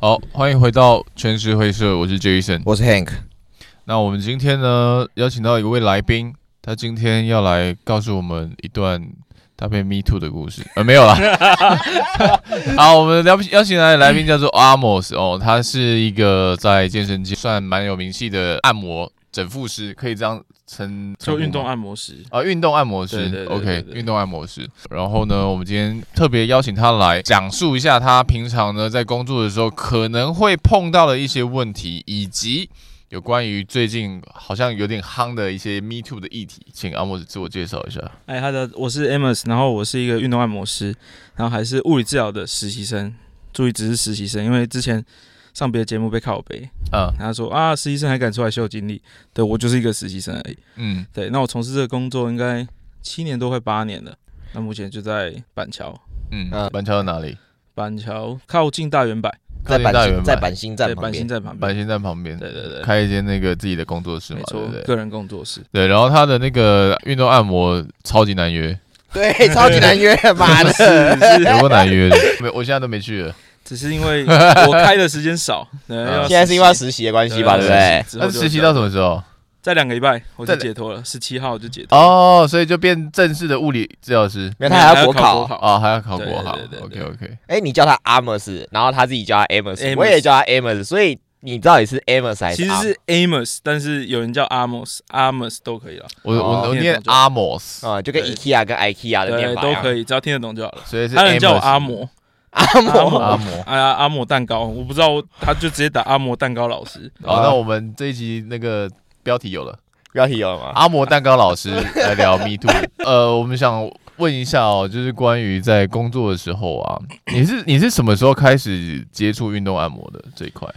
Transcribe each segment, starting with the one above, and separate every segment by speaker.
Speaker 1: 好，欢迎回到全时会社，我是 Jason。
Speaker 2: 我是 Hank，
Speaker 1: 那我们今天呢，邀请到一位来宾，他今天要来告诉我们一段他被 Me Too 的故事。呃，没有啦。 好，我们邀邀请来的来宾叫做 Amos 哦，他是一个在健身界算蛮有名气的按摩整复师，可以这样称
Speaker 3: 做运动按摩师。
Speaker 1: 啊，运动按摩师
Speaker 3: 对对对对
Speaker 1: o
Speaker 3: 对
Speaker 1: k 运动按摩师。然后呢，我们今天特别邀请他来讲述一下他平常呢在工作的时候可能会碰到的一些问题，以及有关于最近好像有点夯的一些 Me Too 的议题。请阿莫斯自我介绍一下。
Speaker 3: 哎，他的我是 Amos，然后我是一个运动按摩师，然后还是物理治疗的实习生。注意，只是实习生，因为之前上别的节目被靠背，
Speaker 1: 嗯
Speaker 3: 然后说啊，实习生还敢出来秀经历，对我就是一个实习生而已。
Speaker 1: 嗯，
Speaker 3: 对，那我从事这个工作应该七年多，快八年了。那目前就在板桥，
Speaker 1: 嗯，
Speaker 2: 呃
Speaker 1: 板桥在哪里？
Speaker 3: 板桥靠近大圆柏，
Speaker 2: 在
Speaker 1: 靠近大
Speaker 2: 板
Speaker 1: 圆
Speaker 2: 新
Speaker 1: 满
Speaker 2: 在板新站
Speaker 3: 对，
Speaker 2: 旁
Speaker 3: 板新
Speaker 2: 边，
Speaker 3: 站旁边
Speaker 1: 板。新站旁边，
Speaker 3: 对对对
Speaker 1: 开一间那个自己的工作室嘛
Speaker 3: 没，
Speaker 1: 对
Speaker 3: 错
Speaker 1: 不，对？
Speaker 3: 个人工作室。
Speaker 1: 对，然后他的那个运动按摩超级难约，
Speaker 2: 对，超级难约， 妈的，
Speaker 3: 只
Speaker 1: 有
Speaker 3: 是
Speaker 1: 够难约的， 没，我现在都没去了。
Speaker 3: 只是因为我开的时间少，对
Speaker 1: 嗯
Speaker 3: 要
Speaker 2: 啊现在是因为要
Speaker 3: 实
Speaker 2: 实习的关
Speaker 3: 习
Speaker 2: 系吧，对不对？？
Speaker 3: 之后
Speaker 1: 那
Speaker 3: 就
Speaker 1: 实习
Speaker 3: 有
Speaker 1: 到什么时候？
Speaker 3: 在两个礼拜我就
Speaker 1: 在
Speaker 3: 解脱了，十七号我就解脱。
Speaker 1: 哦，所以就变正式的物理治疗师
Speaker 2: 没有，他还要国
Speaker 3: 考
Speaker 2: 考。
Speaker 3: 考，
Speaker 1: 啊，还要考国
Speaker 3: 对
Speaker 1: 好
Speaker 3: 对对
Speaker 1: ，OK
Speaker 3: 对
Speaker 1: OK，
Speaker 2: 哎，你叫他 Amos，然后他自己叫他 Amos，
Speaker 3: Amos
Speaker 2: 我也叫他 Amos，所以你到底是 Amos 还是
Speaker 3: 其实
Speaker 2: Amos？
Speaker 3: 是 Amos，但是有人叫 Amos，Amos 都可以了，
Speaker 1: 我我
Speaker 2: 哦
Speaker 1: 我
Speaker 3: 念哦
Speaker 1: 念
Speaker 3: 懂就好
Speaker 1: 阿莫斯，
Speaker 2: 啊，就跟
Speaker 3: 对
Speaker 2: IKEA 跟 IKEA 的念
Speaker 3: 对，
Speaker 2: 法
Speaker 3: 都 可
Speaker 2: 以。
Speaker 3: 以，只要听得懂就好了。
Speaker 1: 所以是
Speaker 3: 还有人叫我
Speaker 1: Amos 哦
Speaker 3: 阿，
Speaker 2: 阿
Speaker 3: 嬷，阿
Speaker 2: 莫
Speaker 3: 嬷
Speaker 1: 阿嬷。
Speaker 3: 哎呀，阿嬷蛋糕，我不知道我，他就直接打阿嬷蛋糕老师。
Speaker 1: 好，那我们这一集那个标题有了，
Speaker 2: 标题有了吗？
Speaker 1: 阿嬷蛋糕 老师来聊 Me Too。呃，我们想问一下哦，就是关于在工作的时候啊，你是你是什么时候开始接触运动按摩的这一块？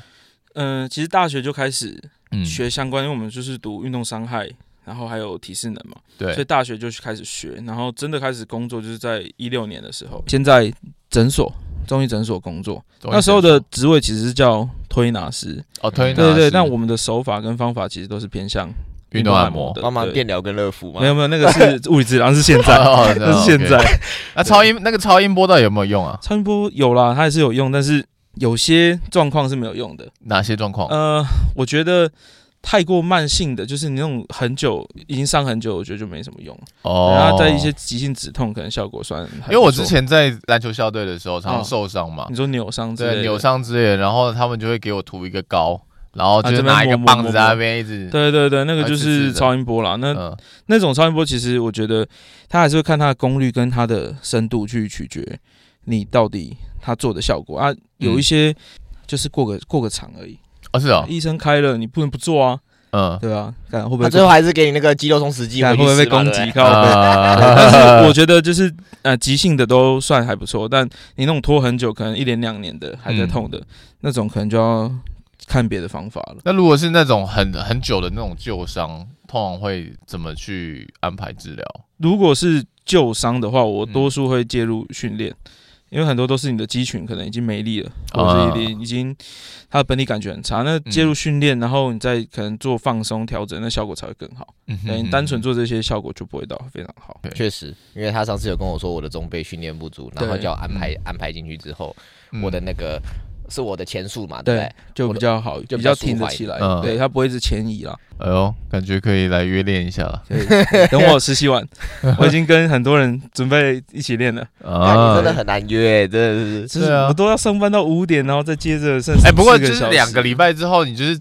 Speaker 3: 嗯、其实大学就开始
Speaker 1: 嗯，
Speaker 3: 学相关，因为我们就是读运动伤害，然后还有体适能嘛。所以
Speaker 1: 对，
Speaker 3: 大学就去开始学，然后真的开始工作就是在一六年的时候，先在诊所中医诊所工作。那时候的职位其实是叫推拿师，
Speaker 1: 哦推拿
Speaker 3: 对对对。
Speaker 1: 是
Speaker 3: 但我们的手法跟方法其实都是偏向
Speaker 1: 运动按摩
Speaker 3: 摩的。
Speaker 2: 帮忙
Speaker 3: 对
Speaker 2: 电疗跟热敷吗？
Speaker 3: 没有没有，那 个是物理治疗，那是现 在，
Speaker 1: 哦
Speaker 3: 那是现。
Speaker 1: OK
Speaker 3: 在。
Speaker 1: 那超音那个超音波到底有没有用啊？
Speaker 3: 超音波有啦，它也是有用，但是有些状况是没有用的。
Speaker 1: 哪些状况？
Speaker 3: 呃，我觉得。太过慢性的，就是你那种很久已经上很久，我觉得就没什么用。然
Speaker 1: 哦
Speaker 3: 啊后在一些急性止痛，可能效果算还不错。
Speaker 1: 因为我之前在篮球校队的时候，常常
Speaker 3: 嗯
Speaker 1: 受伤嘛
Speaker 3: 你，说扭伤之类
Speaker 1: 对，
Speaker 3: 的，
Speaker 1: 扭伤之类的，然后他们就会给我涂一个膏，然后就
Speaker 3: 啊
Speaker 1: 是
Speaker 3: 这边
Speaker 1: 拿一个
Speaker 3: 抹
Speaker 1: 棒子
Speaker 3: 抹
Speaker 1: 在那
Speaker 3: 抹
Speaker 1: 边一直，
Speaker 3: 对对对，那个就
Speaker 1: 还是
Speaker 3: 是
Speaker 1: 是的
Speaker 3: 超音波啦。那、
Speaker 1: 嗯，
Speaker 3: 那种超音波，其实我觉得它还是会看它的功率跟它的深度去取决你到底它做的效果啊。有一些就是过个过个场而已，
Speaker 1: 哦是哦，
Speaker 3: 医生开了你不能不做啊，
Speaker 1: 嗯，
Speaker 3: 对啊，看会
Speaker 2: 他
Speaker 3: 不会
Speaker 2: 最后还是给你那个肌肉松弛剂，
Speaker 3: 看
Speaker 2: 回
Speaker 3: 会
Speaker 2: 去
Speaker 3: 不会
Speaker 2: 吃
Speaker 3: 被
Speaker 2: 嘛对
Speaker 3: 攻
Speaker 2: 不对
Speaker 3: 击靠背。
Speaker 1: 呃
Speaker 3: 对 但
Speaker 1: 但
Speaker 3: 是我觉得就是呃急性的都算还不错，但你那种拖很久，可能一年两年的还在
Speaker 1: 嗯
Speaker 3: 痛的、那种，可能就要看别的方法了。
Speaker 1: 那如果是那种很很久的那种旧伤，通常会怎么去安排治疗？
Speaker 3: 如果是旧伤的话，我
Speaker 1: 嗯
Speaker 3: 多数会介入训练，因为很多都是你的肌群可能已经没力了，或
Speaker 1: 啊嗯
Speaker 3: 者是已经已经它的本体感觉很差。那介入训练，然后你再可能做放松调整，那效果才会更好。
Speaker 1: 嗯哼
Speaker 3: 对，你单纯做这些效果就不会到非常好。
Speaker 2: 确实，因为他上次有跟我说我的中背训练不足，然后叫我安排安排进去之后，
Speaker 1: 嗯
Speaker 2: 我的那个是我的前束嘛，对不
Speaker 3: 对
Speaker 2: 对？，
Speaker 3: 就
Speaker 2: 我
Speaker 3: 比
Speaker 2: 的
Speaker 3: 较好，
Speaker 2: 就
Speaker 3: 比
Speaker 2: 比
Speaker 3: 较
Speaker 2: 较
Speaker 3: 挺
Speaker 2: 舒
Speaker 3: 得
Speaker 2: 缓
Speaker 3: 起来
Speaker 1: 嗯。
Speaker 3: 对，它不会一直前 移啦。
Speaker 1: 哎呦，感觉可以来约练一下了
Speaker 3: 对，等我实习完， 我已经跟很多人准备一起练了。
Speaker 2: 那你
Speaker 1: 啊
Speaker 2: 真的。很难约，真的是。
Speaker 3: 就是
Speaker 1: 对啊
Speaker 3: 我都要上班到五点，然后再接着剩
Speaker 1: 哎，不过
Speaker 3: 14
Speaker 1: 就
Speaker 3: 个
Speaker 1: 是
Speaker 3: 小
Speaker 1: 两
Speaker 3: 时
Speaker 1: 个礼拜之后，你就是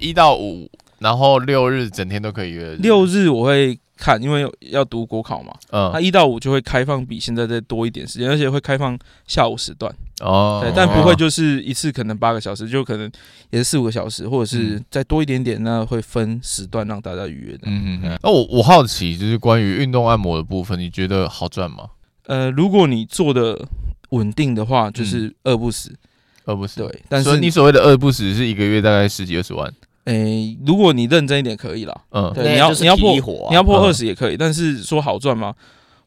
Speaker 1: 一到五，然后六日整天都可以约。
Speaker 3: 六，日我会看，因为要读国考嘛，
Speaker 1: 嗯
Speaker 3: 那，一到五就会开放比现在再多一点时间，而且会开放下午时段，
Speaker 1: 哦，
Speaker 3: 对，但不会就是一次可能八个小时，就可能也是四五个小时，或者是再多一点点，那会分时段让大家预约的。
Speaker 1: 嗯嗯嗯。那我我好奇，就是关于运动按摩的部分，你觉得好赚吗？
Speaker 3: 呃，如果你做的稳定的话，就是饿不死，
Speaker 1: 饿不死。
Speaker 3: 对，但
Speaker 1: 嗯所以
Speaker 3: 是
Speaker 1: 你所谓的饿不死是一个月大概十几二十万。
Speaker 3: 诶、如果你认真一点可以啦，
Speaker 1: 嗯
Speaker 3: 对
Speaker 2: 那
Speaker 3: 你要
Speaker 2: 就是
Speaker 3: 你要
Speaker 2: 体
Speaker 3: 破
Speaker 2: 力活啊
Speaker 3: 你要破
Speaker 1: 嗯
Speaker 3: 二十也可以，但是说好赚吗？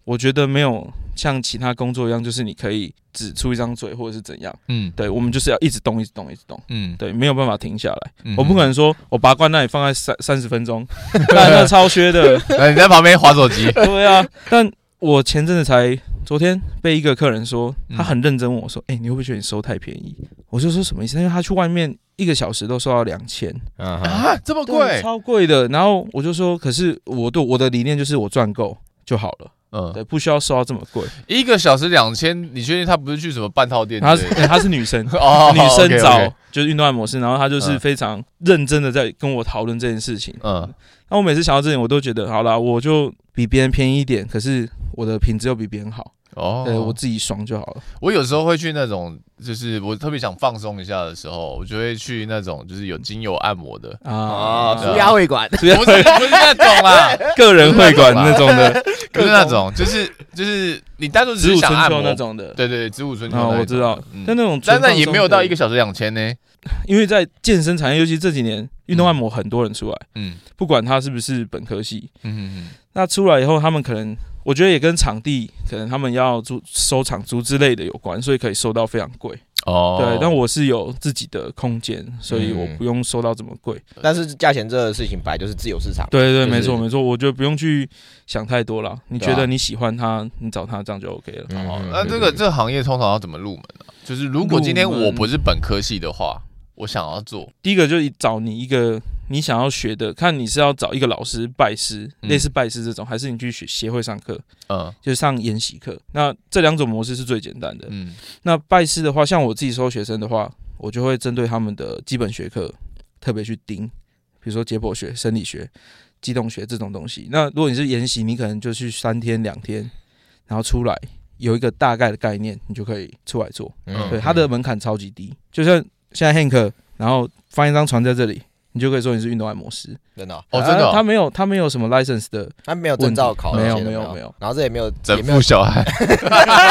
Speaker 3: 我觉得没有像其他工作一样，就是你可以只出一张嘴或者是怎样。
Speaker 1: 嗯
Speaker 3: 对，我们就是要一直动，一直动，一直动。
Speaker 1: 嗯，
Speaker 3: 对，没有办法停下来。
Speaker 1: 嗯
Speaker 3: 我不可能说我拔罐那里放在三三十分 钟，那那超缺的。，
Speaker 1: 来哎你在旁边划手机
Speaker 3: 对 啊，但我前阵子才昨天被一个客人说，
Speaker 1: 嗯
Speaker 3: 他很认真问我说：“哎、你会不会觉得你收太便宜？”我就说什么意思？因为他去外面一个小时都收到两千，
Speaker 2: 嗯哼，
Speaker 1: 啊，这么
Speaker 3: 对
Speaker 1: 贵，
Speaker 3: 超贵的。然后我就说，可是我对我的理念就是我赚够就好了，
Speaker 1: 嗯，
Speaker 3: 对，不需要收到这么贵。
Speaker 1: 一个小时两千，你确定他不是去什么半套店之
Speaker 3: 她
Speaker 1: 类
Speaker 3: 是、
Speaker 1: 的？。
Speaker 3: 欸、她是女生
Speaker 1: 哦
Speaker 3: 女生
Speaker 1: OK，OK
Speaker 3: 找就是运动按摩师，然后她就是
Speaker 1: 嗯
Speaker 3: 非常认真的在跟我讨论这件事情。
Speaker 1: 嗯
Speaker 3: 那我每次想到这点，我都觉得好啦，我就比别人便宜一点，可是我的品质又比别人好，
Speaker 1: 哦，
Speaker 3: 对我自己爽就好了。
Speaker 1: 我有时候会去那种，就是我特别想放松一下的时候，我就会去那种就是有精油按摩 的，
Speaker 2: 哦，
Speaker 1: 对啊
Speaker 2: 足压会馆，
Speaker 1: 不是不是那种啦，
Speaker 3: 啊个人会馆那种的，
Speaker 1: 不是那种，就是就是你单纯只
Speaker 3: 植
Speaker 1: 是
Speaker 3: 物
Speaker 1: 想
Speaker 3: 春
Speaker 1: 按
Speaker 3: 秋
Speaker 1: 摩
Speaker 3: 那，种的。
Speaker 1: 对对对，植物春秋
Speaker 3: 啊，
Speaker 1: 那一
Speaker 3: 我
Speaker 1: 种
Speaker 3: 知道，
Speaker 1: 嗯
Speaker 3: 但那种
Speaker 1: 但
Speaker 3: 纯
Speaker 1: 那
Speaker 3: 放
Speaker 1: 也
Speaker 3: 松
Speaker 1: 没有到
Speaker 3: 的
Speaker 1: 一个，小时两千呢，
Speaker 3: 因为在健身产业，尤其这几年运动按摩很多人出来，
Speaker 1: 嗯
Speaker 3: 不管他是不是本科系，
Speaker 1: 嗯
Speaker 3: 那出来以后他们可能。我觉得也跟场地，可能他们要租收场租之类的有关，所以可以收到非常贵。
Speaker 1: 哦，
Speaker 3: 对，但我是有自己的空间，所以我
Speaker 2: 嗯
Speaker 3: 不用收到这么贵。
Speaker 2: 但是价钱这个事情本来就是自由市场，
Speaker 3: 对对，
Speaker 2: 就是
Speaker 3: 没错没错，我觉得不用去想太多了。你
Speaker 2: 对啊
Speaker 3: 觉得你喜欢他，你找他这样就 OK 了。
Speaker 2: 嗯
Speaker 1: 哦
Speaker 2: 嗯
Speaker 1: 那这个这个行业通常要怎么入门呢？就是如果今天
Speaker 3: 入门
Speaker 1: 我不是本科系的话，我想要做，
Speaker 3: 第一个就是找你一个你想要学的，看你是要找一个老师拜师，
Speaker 1: 嗯
Speaker 3: 类似拜师这种，还是你去学协会上课，
Speaker 1: 嗯
Speaker 3: 就是上研习课。那这两种模式是最简单的。
Speaker 1: 嗯
Speaker 3: 那拜师的话，像我自己收学生的话，我就会针对他们的基本学科特别去盯，比如说解剖学、生理学、机动学这种东西。那如果你是研习，你可能就去三天两天，然后出来有一个大概的概念，你就可以出来做。
Speaker 1: 嗯
Speaker 3: 对，它的门槛超级低，就像现在 Hank，然后放一张床在这里。你就可以说你是运动按摩师
Speaker 2: 真的哦，
Speaker 1: 哦真的哦
Speaker 3: 啊他没有他没有什么 license 的，
Speaker 2: 他没有证照考那些的，
Speaker 3: 没有没有没有，
Speaker 2: 然后这也没有，也
Speaker 1: 整
Speaker 2: 没有
Speaker 1: 副，小孩，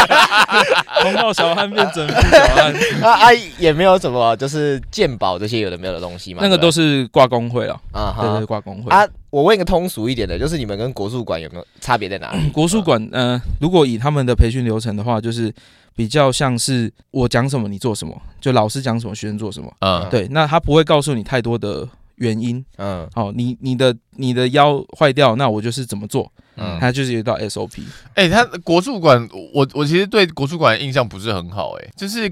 Speaker 3: 通报小汉变整副小汉，
Speaker 2: 啊啊，也没有什么就是鉴宝这些有的没有的东西嘛，
Speaker 3: 那个都
Speaker 2: 是
Speaker 3: 是挂工会了，
Speaker 2: 啊
Speaker 3: 对对
Speaker 2: 哈
Speaker 3: 对挂工会
Speaker 2: 啊，我问一个通俗一点的，就是你们跟国术馆有没有差别在哪里？
Speaker 3: 国术馆，呃，如果以他们的培训流程的话，就是比较像是我讲什么你做什么，就老师讲什么学生做什么。
Speaker 2: 啊
Speaker 1: 嗯
Speaker 3: 对，那他不会告诉你太多的原因。
Speaker 2: 嗯
Speaker 3: 哦，你你的你的腰坏掉，那我就是怎么做，
Speaker 1: 嗯
Speaker 2: 嗯，
Speaker 3: 他就是有一道 SOP。
Speaker 1: 哎、他国术馆，我我其实对国术馆的印象不是很好、哎，就是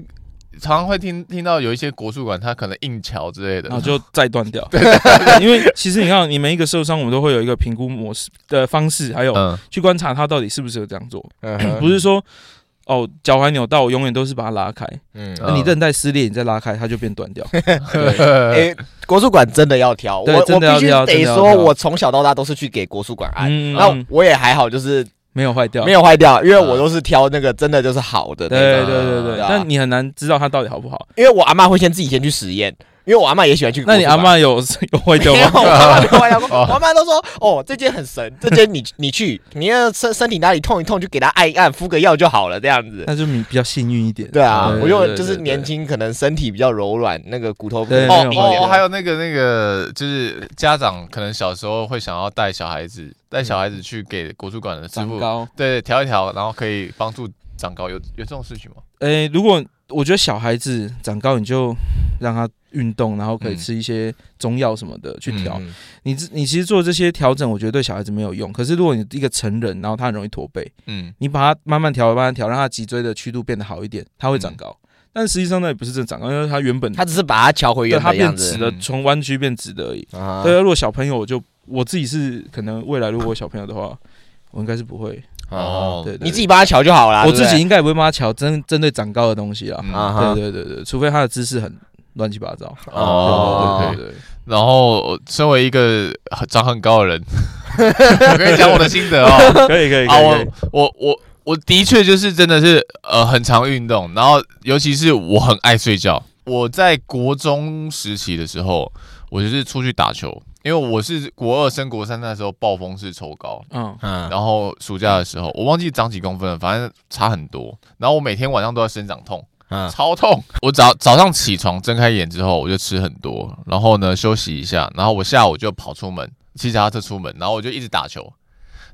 Speaker 1: 常常会听听到有一些国术馆，他可能硬桥之类的，
Speaker 3: 然后啊就再断 掉。因为其实你看，你每一个受伤，我们都会有一个评估模式的方式，还有
Speaker 1: 嗯
Speaker 3: 去观察他到底适不适合这样做，
Speaker 2: 嗯哼
Speaker 3: 不是说。哦，脚踝扭到，我永远都是把它拉开。
Speaker 2: 嗯
Speaker 3: 那、你韧带撕裂，你再拉开，它就变 断掉。对，
Speaker 2: 诶，国术馆真的要挑，我
Speaker 3: 呃对
Speaker 2: 我
Speaker 3: 真的
Speaker 2: 必须
Speaker 3: 要挑真
Speaker 2: 得
Speaker 3: 的要
Speaker 2: 说，
Speaker 3: 挑
Speaker 2: 我从小到大都是去给国术馆按，
Speaker 3: 嗯
Speaker 2: 那我也还好，就是
Speaker 3: 没有坏掉，
Speaker 2: 没有坏掉，因为我都是挑那个真的就是好的那
Speaker 3: 对
Speaker 2: 种，
Speaker 3: 对对对，
Speaker 2: 对啊
Speaker 3: 但你很难知道它到底好不好。
Speaker 2: 因为我阿妈会先自己先去实验，因为我阿妈也喜欢去国
Speaker 3: 那
Speaker 2: 术馆。
Speaker 3: 你阿妈有 有会 掉
Speaker 2: 没有，
Speaker 3: 吗？
Speaker 2: 我阿妈没有 玩过，我阿妈都说哦，这间很神，这间你你去，你要身身体哪里痛一痛，就给他按一按，敷个药就好了，这样 子。
Speaker 3: 那就你比较幸运一点。
Speaker 2: 对啊，
Speaker 3: 对
Speaker 2: 我就
Speaker 3: 对
Speaker 2: 就是
Speaker 3: 对
Speaker 2: 年轻，可能身体比较柔软，那个骨头
Speaker 3: 对
Speaker 1: 哦
Speaker 3: 没有
Speaker 1: 哦哦，还
Speaker 2: 有
Speaker 1: 有那个那个，就是家长可能小时候会想要带小孩子，带小孩子去给国术馆的师
Speaker 3: 长
Speaker 1: 傅，
Speaker 3: 高。
Speaker 1: 对，调一调，然后可以帮助长高，有有这种事情吗？
Speaker 3: 诶、如果我觉得小孩子长高，你就让他运动，然后可以
Speaker 1: 嗯
Speaker 3: 吃一些中药什么的去调。
Speaker 2: 嗯
Speaker 3: 你自你其实做这些调整，我觉得对小孩子没有用。可是如果你一个成人，然后他很容易驼背，
Speaker 1: 嗯，
Speaker 3: 你把它慢慢调，慢慢调，让他脊椎的曲度变得好一点，他会长高。但实际上那也不是真的长高，因为他原本
Speaker 2: 嗯他只是把它调回
Speaker 3: 对
Speaker 2: 原
Speaker 3: 他
Speaker 2: 本的样
Speaker 3: 变
Speaker 2: 子
Speaker 3: 直。了，
Speaker 1: 嗯
Speaker 3: 从弯曲变直的而已。
Speaker 2: 啊
Speaker 3: 对啊，如果小朋友，我就我自己是可能未来如果有小朋友的话，我应该是不会，
Speaker 2: 哦，
Speaker 3: 对对
Speaker 2: 你自己帮他调就好了。
Speaker 3: 我
Speaker 2: 对不
Speaker 3: 自
Speaker 2: 对
Speaker 3: 己应该也不会帮他瞧针针对长高的东西啦。
Speaker 1: 嗯
Speaker 2: 啊哈
Speaker 3: 对，对对对，除非他的姿势很乱七八糟。
Speaker 1: 哦
Speaker 3: 对对对对对
Speaker 1: 然后身为一个长很高的人， 我跟你讲我的心得哦。
Speaker 3: 可以可 以
Speaker 1: 啊，我我我我的确就是真的是呃很常运动，然后尤其是我很爱睡觉。我在国中时期的时候，我就是出去打球，因为我是国二升国三那时候暴风式抽高，
Speaker 3: 嗯，
Speaker 2: 嗯
Speaker 1: 然后暑假的时候我忘记长几公分了，反正差很多。然后我每天晚上都在生长痛，
Speaker 2: 嗯
Speaker 1: 超痛。我早早上起床睁开眼之后，我就吃很多，然后呢休息一下，然后我下午就跑出门，骑脚踏车出门，然后我就一直打球，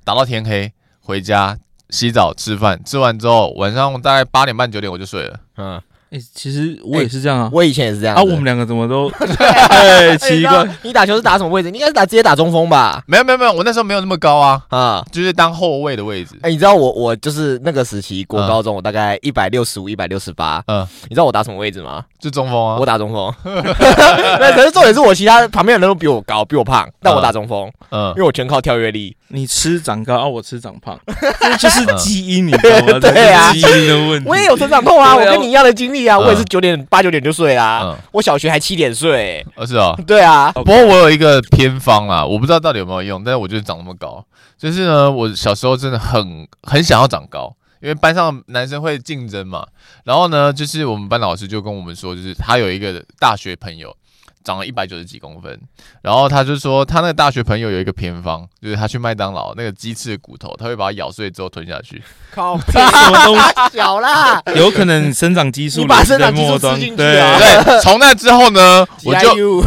Speaker 1: 打到天黑，回家洗澡、吃饭，吃完之后晚上大概八点半九点我就睡了。
Speaker 2: 嗯，
Speaker 3: 哎、其实我也是这样啊。
Speaker 2: 我以前也是这样
Speaker 3: 啊，
Speaker 2: 子
Speaker 3: 我们两个怎么都哎奇怪，
Speaker 2: 哎，你打球是打什么位置？你应该是打直接打中锋吧？
Speaker 1: 没有没有没有，我那时候没有那么高啊，
Speaker 2: 啊、
Speaker 1: 就是当后卫的位置。
Speaker 2: 哎、你知道我我就是那个时期国
Speaker 1: 嗯
Speaker 2: 高中，我大概一百六十五、一百六十八。
Speaker 1: 嗯，
Speaker 2: 你知道我打什么位置吗？
Speaker 1: 就中锋啊
Speaker 2: 我。打中 锋。那可是重点是我其他旁边的人都比我高，比我胖，但我打中锋，
Speaker 1: 嗯
Speaker 2: 因，为我全靠跳跃力。
Speaker 3: 你吃长高，啊，我吃长 胖，这就是基因，你知道吗？
Speaker 2: 嗯对啊
Speaker 3: 这就是基因的问题。
Speaker 2: 我也有成长痛啊，我
Speaker 3: 对啊
Speaker 2: 跟你一样的经历啊，啊
Speaker 1: 嗯
Speaker 2: 我也是九点八九点就睡啦、
Speaker 1: 嗯，
Speaker 2: 我小学还七点睡、
Speaker 1: 而是啊。
Speaker 2: 对啊，
Speaker 1: 不过我有一个偏方啦，我不知道到底有没有用，但是我就是长那么高。就是呢，我小时候真的很很想要长高，因为班上男生会竞争嘛。然后呢，就是我们班老师就跟我们说，就是他有一个大学朋友长了一百九十几公分，然后他就说他那个大学朋友有一个偏方，就是他去麦当劳那个鸡翅的骨头，他会把它咬碎之后吞下去。
Speaker 2: 靠，
Speaker 3: 什么东
Speaker 2: 小啦，
Speaker 3: 西？有可能生长激素
Speaker 2: 你把
Speaker 3: 流失
Speaker 2: 生长
Speaker 3: 在
Speaker 2: 激素
Speaker 3: 末
Speaker 2: 吃
Speaker 3: 端，
Speaker 2: 进去
Speaker 3: 对
Speaker 2: 啊
Speaker 1: 对，从那之后呢，我 就
Speaker 2: GIU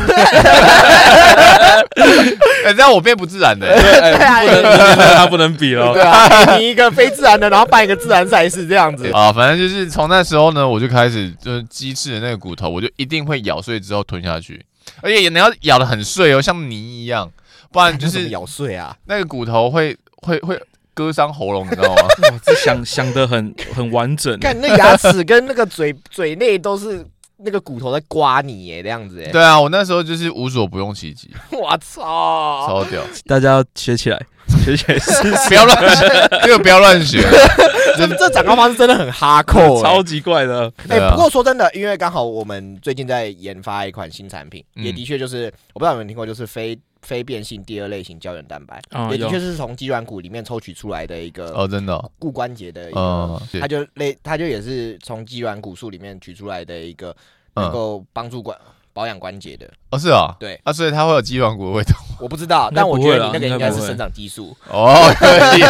Speaker 1: 哎，这样我变不自然的、
Speaker 3: 对，哎
Speaker 2: 啊
Speaker 3: 不能不能跟他不能比了
Speaker 2: 对。啊，你一个非自然的，然后办一个自然赛事这样子。
Speaker 1: 啊，反正就是从那时候呢，我就开始就是鸡翅的那个骨头，我就一定会咬碎之后吞下去，而且你要咬得很碎哦，像泥一样，不然就
Speaker 2: 那 怎么
Speaker 1: 是
Speaker 2: 咬碎 啊，
Speaker 1: 那个骨头会会会割伤喉咙，你知道吗？
Speaker 3: 哇，这想想的很很完整。
Speaker 2: 看那牙齿跟那个嘴嘴内都是那个骨头在刮你耶，这样子耶。
Speaker 1: 对啊，我那时候就是无所不用其极，
Speaker 2: 我操！
Speaker 1: 超 屌！
Speaker 3: 大家要学起来，学起来是
Speaker 1: 不要乱学，这个不要乱 学。
Speaker 2: 哎这这长高方式真的很哈扣哎
Speaker 3: 超。级怪的。
Speaker 2: 哎、
Speaker 1: 对啊
Speaker 2: 不过说真的，因为刚好我们最近在研发一款新产品，
Speaker 1: 嗯
Speaker 2: 也的确就是我不知道有没有听过，就是非非变性第二类型胶原蛋白，
Speaker 3: 啊
Speaker 2: 也的
Speaker 3: 有
Speaker 2: 确是从肌软骨里面抽取出来的一个
Speaker 1: 哦，真的、哦，
Speaker 2: 固关节的一个
Speaker 3: 哦
Speaker 1: 嗯，是
Speaker 2: 它就类，它就也是从肌软骨素里面取出来的一个能
Speaker 1: 嗯，
Speaker 2: 够帮助关保养关节的。
Speaker 1: 哦是啊、哦，
Speaker 2: 对
Speaker 1: 啊，所以它会有肌软骨的 味道。
Speaker 2: 我不知道，
Speaker 3: 应该
Speaker 2: 但我
Speaker 3: 不
Speaker 2: 觉
Speaker 3: 会
Speaker 2: 得
Speaker 3: 啦
Speaker 2: 你那个
Speaker 3: 应
Speaker 2: 应
Speaker 3: 该
Speaker 2: 该
Speaker 3: 不
Speaker 2: 是
Speaker 3: 会
Speaker 2: 生长激素。
Speaker 1: 哦， 可以。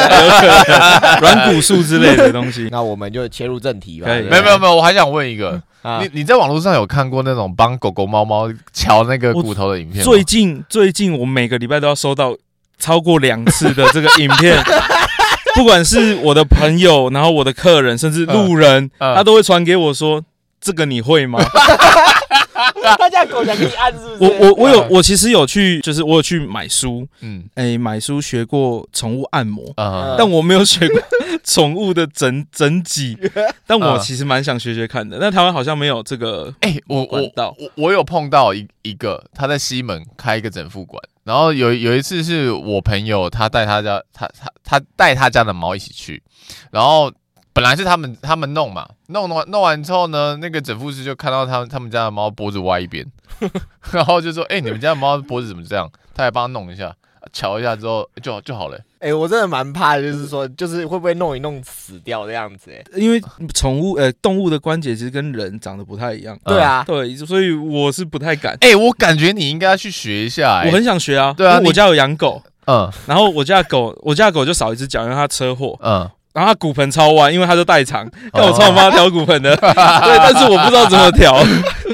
Speaker 3: 软骨素之类的东西，
Speaker 2: 那我们就切入正题吧。
Speaker 3: 可以
Speaker 1: 没有没 有没有，我还想问一个，
Speaker 2: 有
Speaker 3: 啊
Speaker 1: 你你在网络上有看过那种帮狗狗、猫猫瞧那个
Speaker 3: 我
Speaker 1: 骨头的影片吗？
Speaker 3: 最近最近我每个礼拜都要收到超过两次的这个影 片，不管是我的朋友，然后我的客人，甚至路人，
Speaker 1: 嗯嗯
Speaker 3: 他都会传给我说。这个你会吗？
Speaker 2: 他家狗想给你按是 不是？
Speaker 3: 我我我有我其实有去，就是我有去买书，
Speaker 1: 嗯
Speaker 3: 哎、买书学过宠物按摩，
Speaker 2: 呃
Speaker 1: 啊
Speaker 3: 但我没有学过宠物的整整 脊，但我
Speaker 1: 嗯
Speaker 3: 其实蛮想学学看的。但台湾好像没有这个
Speaker 1: 哎、我我
Speaker 3: 管道，
Speaker 1: 我我有碰到一一个，他在西门开一个整复馆，然后有有一次是我朋友他带他家他他他带他家的猫一起去，然后本来是他们他们弄嘛，弄弄完弄完之后呢，那个整复师就看到他们他们家的猫脖子歪一 边，然后就说：“哎、你们家的猫脖子怎么这样？”他还帮他弄一下，瞧一下之后就就好了、
Speaker 2: 哎、我真的蛮怕，就是说，就是会不会弄一弄死掉这样子、哎，
Speaker 3: 嗯因为宠物呃动物的关节其实跟人长得不太一样，
Speaker 1: 嗯
Speaker 2: 对，啊，
Speaker 3: 对，所以我是不太敢。
Speaker 1: 哎、我感觉你应该去学一下、哎
Speaker 3: 我很想学啊，
Speaker 1: 对啊
Speaker 3: 因为
Speaker 1: 你
Speaker 3: 我家有养狗，
Speaker 1: 嗯
Speaker 3: 然后我家的狗，我家的狗就少一只脚，因为它车祸，
Speaker 1: 嗯，
Speaker 3: 然后它骨盆超弯，因为它就代偿，但我
Speaker 1: 哦
Speaker 3: 操我妈调骨盆 的，对，但是我不知道怎么调，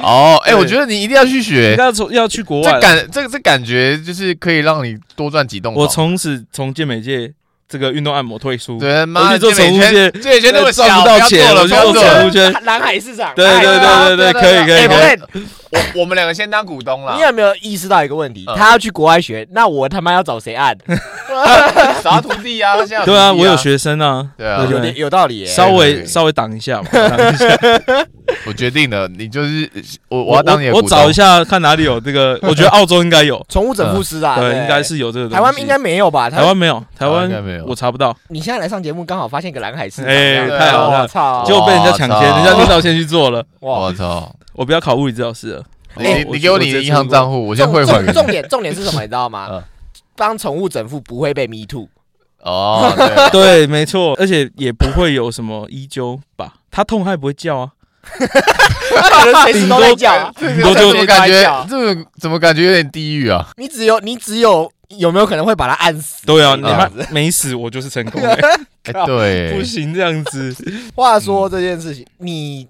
Speaker 1: 哦，哎、
Speaker 3: 对
Speaker 1: 我觉得你一定要去学
Speaker 3: 应。该要从要去国
Speaker 1: 这
Speaker 3: 外，
Speaker 1: 感这这感觉就是可以让你多赚几栋
Speaker 3: 我
Speaker 1: 房。
Speaker 3: 从此从健美界这个运动按摩退出，
Speaker 1: 对妈
Speaker 3: 我去
Speaker 1: 的
Speaker 3: 做
Speaker 1: 健美
Speaker 3: 宠物
Speaker 1: 圈，健美圈那么小，
Speaker 3: 赚不到钱
Speaker 1: 了，
Speaker 3: 我
Speaker 1: 不
Speaker 3: 去
Speaker 1: 要
Speaker 3: 做
Speaker 1: 做
Speaker 3: 宠
Speaker 1: 了。
Speaker 3: 物圈，
Speaker 2: 蓝海市场，
Speaker 3: 对
Speaker 2: 哎
Speaker 3: 对对对对，可以可
Speaker 2: 哎
Speaker 3: 以
Speaker 1: 对
Speaker 3: 可以，
Speaker 2: 不对
Speaker 1: 我我们两个先当股东啦
Speaker 2: 你。有没有意识到一个问题？
Speaker 1: 嗯
Speaker 2: 他要去国外学，那我他妈要找谁按？
Speaker 3: 嗯
Speaker 1: 啥徒弟啊？现在有徒
Speaker 3: 对
Speaker 1: 弟
Speaker 3: 啊，我有。学生啊，
Speaker 1: 对啊
Speaker 2: 有
Speaker 3: 对不对
Speaker 2: 点有道理、耶。哎
Speaker 3: 稍
Speaker 1: 对
Speaker 3: 微稍微挡一 下嘛，挡一下。
Speaker 1: 我决定了，你就是我，我要当你的
Speaker 3: 我
Speaker 1: 股
Speaker 3: 我
Speaker 1: 东。
Speaker 3: 找一下看哪里有这 个，我觉得澳洲应该有，
Speaker 2: 宠物整复师啊，
Speaker 3: 嗯对，
Speaker 2: 对
Speaker 3: 应该是有这个东西。
Speaker 2: 台湾应该没有吧？台
Speaker 3: 台湾没有，台
Speaker 1: 湾
Speaker 3: 湾
Speaker 1: 哦应该没有
Speaker 3: 我查不到，
Speaker 2: 你现在来上节目，刚好发现一个蓝海市场，
Speaker 3: 哎
Speaker 2: 这样子
Speaker 1: 太好
Speaker 3: 了
Speaker 2: 我操！
Speaker 3: 结果被人家抢
Speaker 1: 哇
Speaker 2: 哦
Speaker 3: 先，
Speaker 1: 操
Speaker 3: 人家领导先去做了。
Speaker 1: 我
Speaker 2: 哇，
Speaker 1: 操！
Speaker 3: 我不要考物理治 疗师了，
Speaker 1: 你
Speaker 3: 哎
Speaker 1: 你你给我你的银行账户，我先
Speaker 2: 重
Speaker 1: 汇款给
Speaker 2: 重重
Speaker 1: 你。
Speaker 2: 点重点是什么？你知道吗
Speaker 1: 嗯？
Speaker 2: 帮宠物整复不会被 me too，
Speaker 1: 哦，对
Speaker 3: 对，没错，而且也不会有什么医纠吧，他痛他也不会叫啊，
Speaker 2: 可能随时都在叫啊。
Speaker 1: 这
Speaker 3: 多
Speaker 1: 个
Speaker 3: 就
Speaker 1: 怎么感
Speaker 2: 多就
Speaker 1: 觉
Speaker 2: 多
Speaker 1: 这个怎么感觉有点地狱啊？
Speaker 2: 你只有你只有有没有可能会把它按死？
Speaker 3: 对啊，你
Speaker 2: 这
Speaker 3: 妈
Speaker 2: 样子。
Speaker 3: 没死我就是成 功了，
Speaker 1: 哎
Speaker 3: 靠不
Speaker 1: 对，
Speaker 3: 行这样子，
Speaker 2: 话说这件事情，
Speaker 3: 嗯
Speaker 2: 你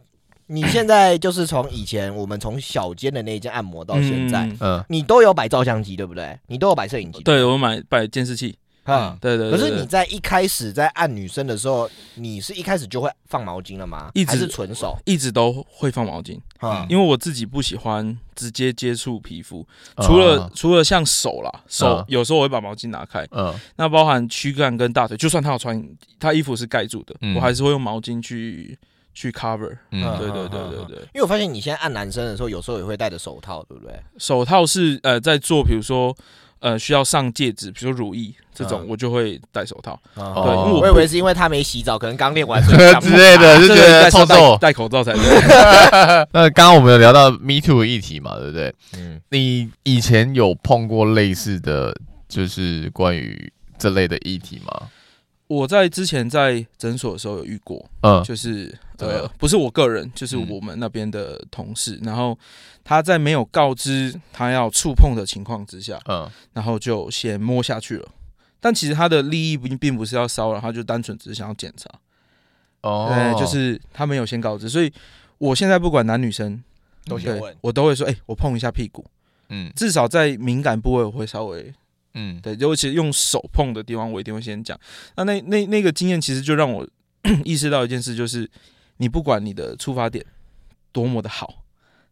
Speaker 2: 你现在就是从以前我们从小间的那一间按 摩到现在，
Speaker 3: 嗯，
Speaker 1: 嗯，
Speaker 2: 你都有摆照相机对不对？你都有摆摄影机，
Speaker 3: 对我买摆监视器，
Speaker 2: 嗯
Speaker 1: 嗯，
Speaker 3: 对对
Speaker 2: 可
Speaker 3: 对对
Speaker 2: 是你在一开始在按女生的时候，你是一开始就会放毛巾了吗？
Speaker 3: 一直
Speaker 2: 还是纯手？
Speaker 3: 一直都会放毛巾，
Speaker 2: 嗯
Speaker 1: 嗯，
Speaker 3: 因为我自己不喜欢直接接触皮肤，除了、除了像手啦，手、
Speaker 1: 哦嗯
Speaker 3: 有时候我会把毛巾拿开，
Speaker 1: 嗯
Speaker 3: 那包含躯干跟大腿，就算他有穿，他衣服是盖住的，
Speaker 1: 嗯
Speaker 3: 我还是会用毛巾去去 cover。
Speaker 1: 嗯
Speaker 3: 对对对对对，
Speaker 2: 因为我发现你现在按男生的时候，有时候也会戴着手套，对不对？
Speaker 3: 手套是呃在做，比如说呃需要上戒指，比如说乳液这种，
Speaker 2: 嗯
Speaker 3: 我就会戴手套。
Speaker 2: 哦
Speaker 3: 对，因
Speaker 1: 哦
Speaker 3: 为我
Speaker 2: 我以
Speaker 3: 不
Speaker 2: 为是因为他没洗澡，可能刚 练完
Speaker 1: 之类 的，就觉
Speaker 3: 这个
Speaker 1: 得
Speaker 3: 戴
Speaker 1: 臭
Speaker 3: 戴
Speaker 1: 臭。
Speaker 3: 戴口罩才对。
Speaker 1: 那刚刚我们有聊到 Me Too 的议题嘛，对不对？
Speaker 2: 嗯，
Speaker 1: 你以前有碰过类似的就是关于这类的议题吗？
Speaker 3: 我在之前在诊所的时候有遇过，
Speaker 1: 嗯
Speaker 3: 就是
Speaker 1: 怎么
Speaker 3: 呃
Speaker 1: 了
Speaker 3: 不是我个人，就是
Speaker 1: 嗯
Speaker 3: 我们那边的同事，然后他在没有告知他要触碰的情况之下，
Speaker 1: 嗯
Speaker 3: 然后就先摸下去了。但其实他的利益并并不是要骚扰，他就单纯只是想要检查，
Speaker 1: 哦
Speaker 3: 对，就是他没有先告知，所以我现在不管男女生，
Speaker 2: 都先
Speaker 3: 对
Speaker 2: 问，
Speaker 3: 我都会说，哎、我碰一下屁股，
Speaker 1: 嗯
Speaker 3: 至少在敏感部位我会稍微
Speaker 1: 嗯
Speaker 3: 对，尤其用手碰的地方，我一定会先讲。那那那那个经验其实就让我 意识到一件事，就是你不管你的出发点多么的好，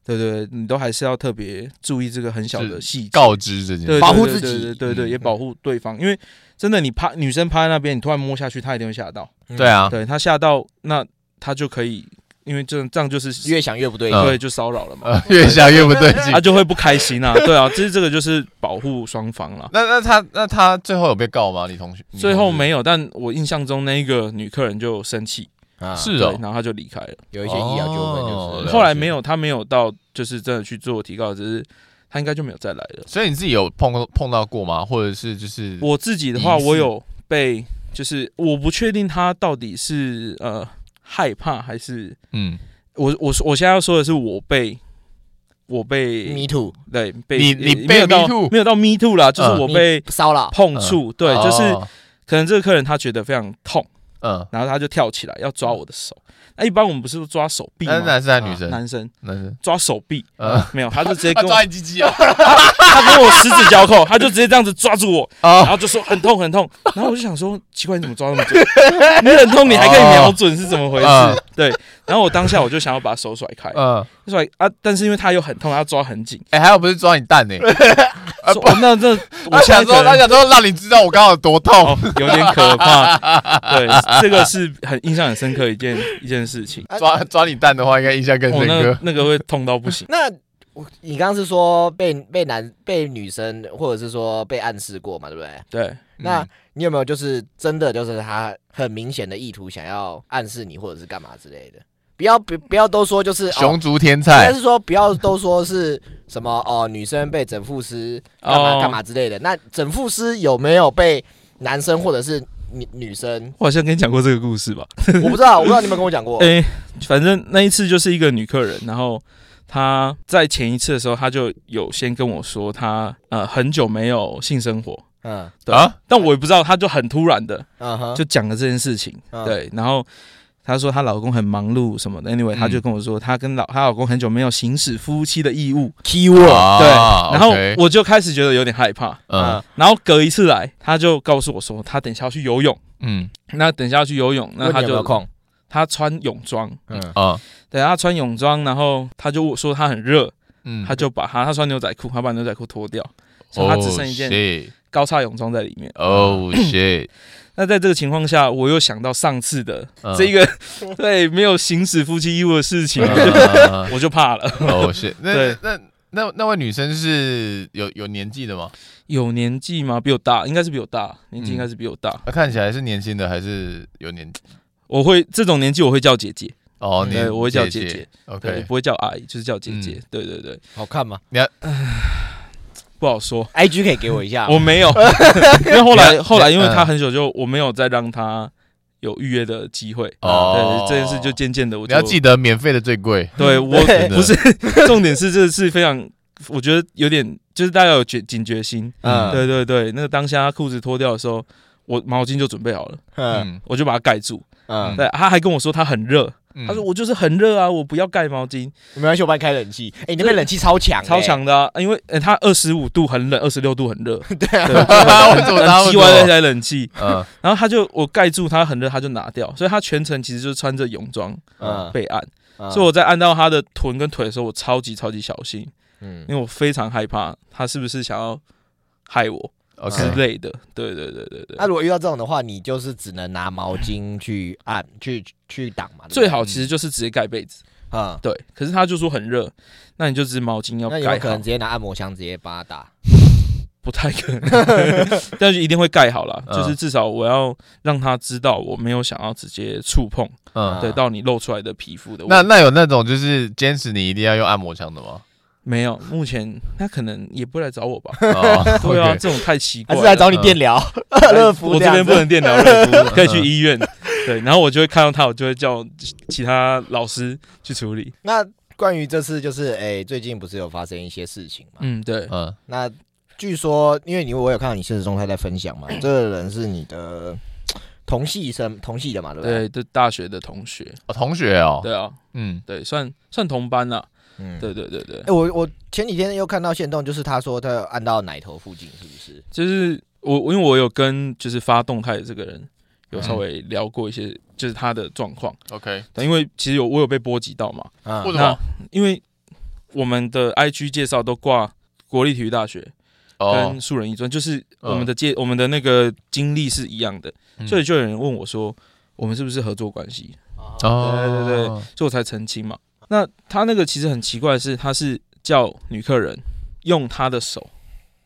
Speaker 3: 对对对，你都还是要特别注意这个很小的细节。
Speaker 1: 告知这件
Speaker 3: 对
Speaker 1: 事
Speaker 3: 对对
Speaker 2: 保护自
Speaker 3: 对
Speaker 2: 己
Speaker 3: 对对对，
Speaker 1: 嗯
Speaker 3: 也保护对方，因为真的你趴女生趴在那边，你突然摸下去，她一定会吓到，
Speaker 2: 嗯
Speaker 1: 对啊，
Speaker 3: 对她吓到，那她就可以，因为这这样就是
Speaker 2: 越想越不对劲。
Speaker 1: 嗯
Speaker 3: 对就骚扰了嘛，
Speaker 1: 呃， 越想越不对劲
Speaker 3: 她。就会不开心啊，对啊，这这个就是保护双方啦。
Speaker 1: 那那他那他最后有被告吗？你同学
Speaker 3: 最后没有，但我印象中那一个女客人就生气，
Speaker 2: 啊
Speaker 1: 是
Speaker 3: 对，
Speaker 1: 哦
Speaker 3: 然，后她就离开了。
Speaker 2: 有一些医疗纠纷
Speaker 1: 哦
Speaker 2: 就
Speaker 1: 了
Speaker 2: 是
Speaker 1: 解
Speaker 3: 后来没有，她没有到就是真的去做提告，只是她应该就没有再来了。
Speaker 1: 所以你自己有碰碰到过吗？或者是就是
Speaker 3: 我自己的话，
Speaker 1: 疑似
Speaker 3: 我有被，就是我不确定她到底是呃害怕还是
Speaker 1: 嗯，
Speaker 3: 我我我现在要说的是我被我被
Speaker 2: me too
Speaker 3: 对被
Speaker 1: 你你
Speaker 3: 没
Speaker 1: 被
Speaker 3: 有到
Speaker 1: me too
Speaker 3: 没有到 me too 啦，就是
Speaker 1: 嗯
Speaker 3: 我被
Speaker 2: 骚扰，
Speaker 3: 碰触，对，就是
Speaker 1: 哦
Speaker 3: 可能这个客人他觉得非常痛。
Speaker 1: 嗯，
Speaker 3: 然后他就跳起来要抓我的手。那一般我们不是都抓手臂
Speaker 1: 那
Speaker 3: 吗？
Speaker 1: 是男生还是女生？
Speaker 3: 啊男生
Speaker 1: 男生，
Speaker 3: 抓手臂，
Speaker 1: 呃，
Speaker 3: 没有，他就直 接
Speaker 1: 他
Speaker 3: 跟我
Speaker 1: 抓你鸡鸡 啊！
Speaker 3: 他跟我十指交扣，他就直接这样子抓住我，然
Speaker 1: 啊，
Speaker 3: 后就说很痛很痛。然后我就想说，奇怪你怎么抓那么准？你很痛你还可以瞄准是怎么回
Speaker 1: 哦
Speaker 3: 事？对。然后我当下我就想要把手甩开，
Speaker 1: 嗯，
Speaker 3: 甩啊，但是因为他又很痛，他抓很紧。
Speaker 1: 哎，还有不是抓你蛋呢？
Speaker 3: 说哦 那这我
Speaker 1: 啊他
Speaker 3: 现
Speaker 1: 想
Speaker 3: 在
Speaker 1: 说，
Speaker 3: 可
Speaker 1: 他
Speaker 3: 能。
Speaker 1: 想说让你知道我刚好有多痛。
Speaker 3: 哦，有点可怕，对，这个是很印象很深刻一件一件 事情，
Speaker 2: 啊
Speaker 1: 抓抓你蛋的话，应该印象更
Speaker 3: 我、
Speaker 1: 深
Speaker 3: 哦那
Speaker 1: 刻
Speaker 3: 个。那个会痛到不行。
Speaker 2: 那我你刚刚是说被被男被女生或者是说被暗示过嘛，对不对？
Speaker 3: 对，
Speaker 1: 嗯
Speaker 2: 那你有没有就是真的就是他很明显的意图想要暗示你或者是干嘛之类的？不要不不要都说就是哦
Speaker 1: 熊族天
Speaker 2: 应该
Speaker 3: 哎
Speaker 1: 菜，
Speaker 2: 是说不要都说是什么哦，女生被整副师干嘛
Speaker 3: 哦
Speaker 2: 干嘛之类的。那整副师有没有被男生或者是女女 生？
Speaker 3: 我好像跟你讲过这个故事吧？
Speaker 2: 我不知道，我不知道你们跟我讲过。
Speaker 3: 诶、反正那一次就是一个女客人，然后她在前一次的时候，她就有先跟我说她呃很久没有性生活，
Speaker 2: 嗯
Speaker 3: 对
Speaker 1: 啊
Speaker 3: 但我也不知道，她就很突然的
Speaker 2: 嗯哼，
Speaker 3: 就讲了这件事情，
Speaker 2: 嗯
Speaker 3: 对，然后。她说她老公很忙碌什么的，anyway，
Speaker 1: 嗯
Speaker 3: 她就跟我说她跟老她老公很久没有行使夫妻的义务，
Speaker 2: keyword
Speaker 1: 啊
Speaker 3: 对，
Speaker 2: 哦
Speaker 3: 然后
Speaker 1: OK，
Speaker 3: 我就开始觉得有点害怕，
Speaker 1: 嗯
Speaker 3: 然后隔一次来，她就告诉我说她等一下要去游泳，
Speaker 1: 嗯
Speaker 3: 那等一下要去游泳，那
Speaker 2: 问
Speaker 3: 她
Speaker 2: 你有没有
Speaker 3: 就
Speaker 2: 空？
Speaker 3: 她穿泳装，
Speaker 2: 嗯
Speaker 1: 啊
Speaker 3: 对，他穿泳装，然后他就说他很热，
Speaker 1: 嗯
Speaker 3: 他就把他他穿牛仔裤，他把牛仔裤脱掉，所以他
Speaker 1: 哦
Speaker 3: 只剩一
Speaker 2: 哦
Speaker 3: 件嗯高叉泳装在里面。
Speaker 1: Oh shit！
Speaker 3: 那在这个情况下，我又想到上次的
Speaker 1: 嗯
Speaker 3: 这个、 对没有行使夫妻义务的事情，我
Speaker 2: 嗯
Speaker 3: 就
Speaker 1: 啊
Speaker 3: 我就怕了。
Speaker 1: Oh shit！那
Speaker 3: 对
Speaker 1: 那那那位女生是有有年纪的吗？
Speaker 3: 有年纪吗？比我大，应该是比我大，年纪应该是比我大。
Speaker 1: 她看起来是年轻的还是有年纪？
Speaker 3: 我会这种年纪我会叫姐姐，
Speaker 1: 哦，
Speaker 3: 对
Speaker 1: 年
Speaker 3: 呃我会叫姐
Speaker 1: 姐
Speaker 3: 姐对，我
Speaker 1: OK，
Speaker 3: 不会叫阿姨，就是叫姐姐。
Speaker 1: 嗯
Speaker 3: 对对对，
Speaker 2: 好看吗
Speaker 3: 不好说。
Speaker 2: ？IG 可以给我一
Speaker 1: 啊
Speaker 2: 下吗。
Speaker 3: 我 没有，因为后来后来，因为
Speaker 1: 嗯
Speaker 3: 他很久就我没有再让他有预约的机会。
Speaker 1: 哦
Speaker 3: 对，这件事就渐渐的我
Speaker 1: 你
Speaker 3: 就
Speaker 1: 要记得免费的最贵。
Speaker 3: 对我
Speaker 1: 真的
Speaker 3: 不是 重点是这是非常，我觉得有点就是大家有警警觉心。
Speaker 1: 嗯
Speaker 3: 对对对，那个当下他裤子脱掉的时候，我毛巾就准备好了，
Speaker 2: 嗯
Speaker 1: 嗯
Speaker 3: 我就把它盖住。
Speaker 2: 嗯
Speaker 3: 对，他还跟我说他很热，
Speaker 1: 嗯
Speaker 3: 他说我就是很热啊，我不要盖毛巾，
Speaker 2: 没关系，我帮你开冷气。哎，你那边冷气超强，
Speaker 3: 超。强的啊，因为呃它二十五度很冷，二十六度很 热，
Speaker 2: 对啊，
Speaker 3: 对，
Speaker 1: 我怎么拿
Speaker 3: 很
Speaker 1: 我
Speaker 3: 机歪那
Speaker 1: 怎么
Speaker 3: 台冷气，
Speaker 1: 嗯
Speaker 3: 然后他就我盖住他很热，他就拿掉，所以他全程其实就是穿着泳装
Speaker 2: 嗯
Speaker 3: 被按，
Speaker 2: 嗯
Speaker 3: 所以我在按到他的臀跟腿的时候，我超级超级小心，
Speaker 2: 嗯
Speaker 3: 因为我非常害怕他是不是想要害我之
Speaker 1: ，OK，
Speaker 3: 类的，对对对对对
Speaker 2: 那、，如果遇到这种的话，你就是只能拿毛巾去按、去去挡嘛。对不对
Speaker 3: 最好其实就是直接盖被子，
Speaker 2: 嗯，
Speaker 3: 对，可是他就说很热，那你就只毛巾要
Speaker 2: 那有没
Speaker 3: 盖
Speaker 2: 有可能
Speaker 3: 好
Speaker 2: 直，接拿按摩枪直接把它打？
Speaker 3: 不太可能， 但是一定会盖好啦，
Speaker 1: 嗯
Speaker 3: 就是至少我要让他知道我没有想要直接触碰，
Speaker 1: 嗯，
Speaker 3: 对，到你露出来的皮肤的位置。
Speaker 1: 那那有那种就是坚持你一定要用按摩枪的 吗？？
Speaker 3: 没有，目前他可能也不会来找我吧
Speaker 1: 哦
Speaker 3: 对啊，
Speaker 1: OK
Speaker 3: 这种太奇怪
Speaker 2: 还
Speaker 3: 了。
Speaker 2: 是来找你电疗？
Speaker 3: 哎
Speaker 2: 乐福
Speaker 3: 我这边
Speaker 2: 样子
Speaker 3: 不能电疗乐福，可以去医院。对，然后我就会看到他，我就会叫其他老师去处理。
Speaker 2: 那关于这次就是，哎、最近不是有发生一些事情嘛？
Speaker 3: 嗯，对，
Speaker 1: 嗯，
Speaker 2: 那据说，因为你我有看到你现实中态在分享 嘛，这个人是你的同系生同系的嘛，对不对？
Speaker 3: 对，对，大学的同学，
Speaker 1: 哦同学哦，
Speaker 3: 对啊，
Speaker 1: 嗯，
Speaker 3: 对，算算同班啦。
Speaker 2: 嗯。
Speaker 3: 对对对对
Speaker 2: 哎、，我我前几天又看到线动，就是他说他有按到奶头附近，是不是？
Speaker 3: 就是我，因为我有跟就是发动态的这个人有稍微
Speaker 1: 嗯
Speaker 3: 聊过一些，就是他的状况。
Speaker 1: ，OK，
Speaker 3: 但因为其实有我有被波及到嘛，
Speaker 2: 嗯
Speaker 1: 为什
Speaker 3: 那
Speaker 1: 么？
Speaker 3: 因为我们的 IG 介绍都挂国立体育大学
Speaker 1: 哦
Speaker 3: 跟，树人一专，就是
Speaker 1: 嗯
Speaker 3: 我们的介、我们的那个经历是一样的，
Speaker 1: 嗯
Speaker 3: 所以就有人问我说，我们是不是合作关系？
Speaker 1: 哦，
Speaker 3: 对对对所以我才澄清嘛。那他那个其实很奇怪的是，他是叫女客人用他的手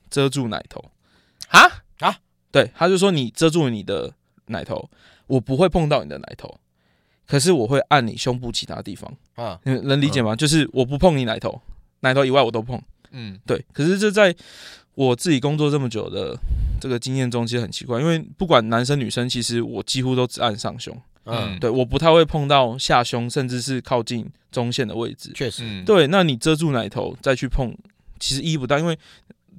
Speaker 3: 遮住奶头，啊
Speaker 1: 哈，
Speaker 3: 对，他就说你遮住你的奶头，我不会碰到你的奶头，可是我会按你胸部其他地方，
Speaker 2: 嗯
Speaker 3: 你们能理解吗？就是我不碰你奶头，奶头以外我都碰。
Speaker 1: 嗯
Speaker 3: 对，可是这在我自己工作这么久的这个经验中，其实很奇怪，因为不管男生女生，其实我几乎都只按上胸，
Speaker 1: 嗯
Speaker 2: 嗯，
Speaker 3: 对，我不太会碰到下胸，甚至是靠近中线的位置。
Speaker 2: 确实，
Speaker 1: 嗯，
Speaker 3: 对，那你遮住奶头再去碰，其实意义不大，因为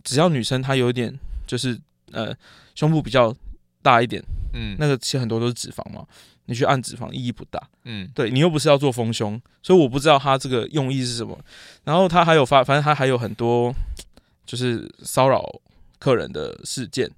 Speaker 3: 只要女生她有一点就是呃胸部比较大一点，
Speaker 1: 嗯，
Speaker 3: 那个其实很多都是脂肪嘛，你去按脂肪意义不大。
Speaker 1: 嗯
Speaker 3: 对你又不是要做丰胸，所以我不知道他这个用意是什么。然后他还有发，反正他还有很多就是骚扰客人的事件。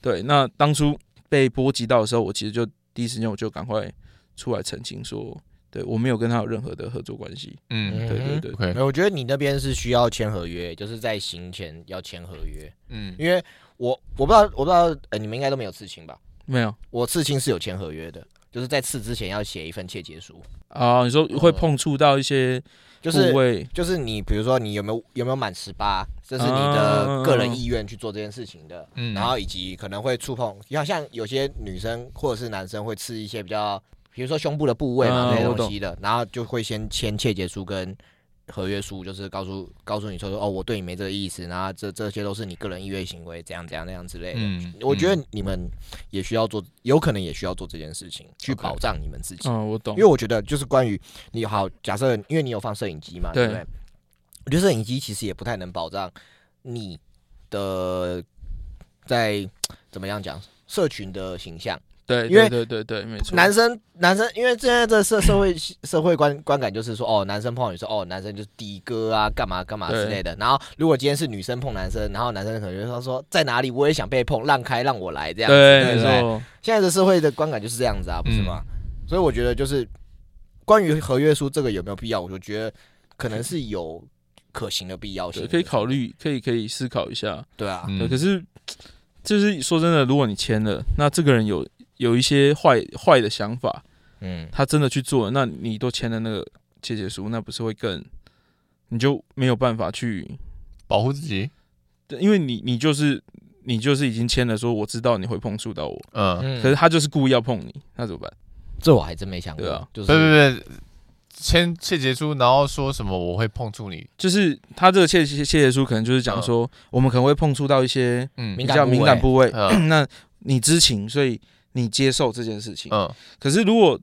Speaker 3: 对，那当初被波及到的时候，我其实就第一时间我就赶快出来澄清说，对我没有跟他有任何的合作关系。
Speaker 1: 嗯
Speaker 3: 对对对，
Speaker 1: ，OK，
Speaker 2: 哎我觉得你那边是需要签合约，就是在行前要签合约，
Speaker 1: 嗯
Speaker 2: 因为我我不知道我不知道，呃，你们应该都没有刺青吧？
Speaker 3: 没有
Speaker 2: 我刺青是有签合约的，就是在刺之前要写一份切结书，
Speaker 3: 啊，你说会碰触到一些
Speaker 2: 哦就
Speaker 3: 部
Speaker 2: 是
Speaker 3: 位，
Speaker 2: 就是你比如说你有没有有没有满十八，这是你的个人意愿去做这件事情的，
Speaker 1: 嗯，
Speaker 2: 然后以及可能会触碰，好像有些女生或者是男生会刺一些比较，比如说胸部的部位嘛
Speaker 3: 嗯
Speaker 2: 这些东西的，然后就会先签切结书跟。合约书就是告诉告诉你说说哦，我对你没这个意思，然后这这些都是你个人意愿行为，怎样怎样那样之类的。
Speaker 1: 嗯，
Speaker 2: 我觉
Speaker 1: 嗯
Speaker 2: 得你们也需要做，有可能也需要做这件事情，去
Speaker 1: OK
Speaker 2: 保障你们自己。
Speaker 3: 嗯，我懂
Speaker 2: 因为，我觉得就是关于你好，假设因为你有放摄影机嘛，对不
Speaker 3: 对
Speaker 2: 对？我觉得摄影机其实也不太能保障你的在怎么样讲社群的形象。
Speaker 3: 对，
Speaker 2: 因为
Speaker 3: 对对对对，没错，
Speaker 2: 男生男生，因为现在这社社会社会观观感就是说，哦，男生碰到女生，哦，男生就是的哥啊，干嘛干嘛之类的。然后如果今天是女生碰男生，然后男生可能就说说在哪里我也想被碰，让开让我来这样子。
Speaker 3: 对，
Speaker 2: 对不
Speaker 3: 没
Speaker 2: 对
Speaker 3: 错，嗯
Speaker 2: 现在的社会的观感就是这样子啊，不是吗？所以我觉得就是关于合约书这个有没有必要，我就觉得可能是有可行的必要性
Speaker 3: 对，
Speaker 2: 的，
Speaker 3: 可以考虑，可以可以思考一下。
Speaker 2: 对啊，
Speaker 1: 嗯
Speaker 3: 对，可是就是说真的，如果你签了，那这个人有有一些坏坏的想法，
Speaker 2: 嗯，
Speaker 3: 他真的去做了，那你都签了那个切结书，那不是会更你就没有办法去，
Speaker 1: 保护自己，
Speaker 3: 对因为你你就是你就是已经签了，说我知道你会碰触到我，
Speaker 1: 嗯，
Speaker 3: 可是
Speaker 2: 嗯
Speaker 3: 他就是故意要碰你，那怎么办？
Speaker 2: 这我还真没想过，
Speaker 3: 对啊
Speaker 2: 就
Speaker 1: 对
Speaker 2: 是
Speaker 1: 对对，签切结书，然后说什么我会碰触你，
Speaker 3: 就是他这个切切切结书可能就是讲说，我们可能会碰触到一些
Speaker 1: 嗯
Speaker 3: 比
Speaker 2: 嗯敏
Speaker 3: 较
Speaker 2: 感部位
Speaker 3: 敏感部位，
Speaker 1: 嗯
Speaker 3: 那你知情，所以你接受这件事情。
Speaker 1: 嗯
Speaker 3: 可是如果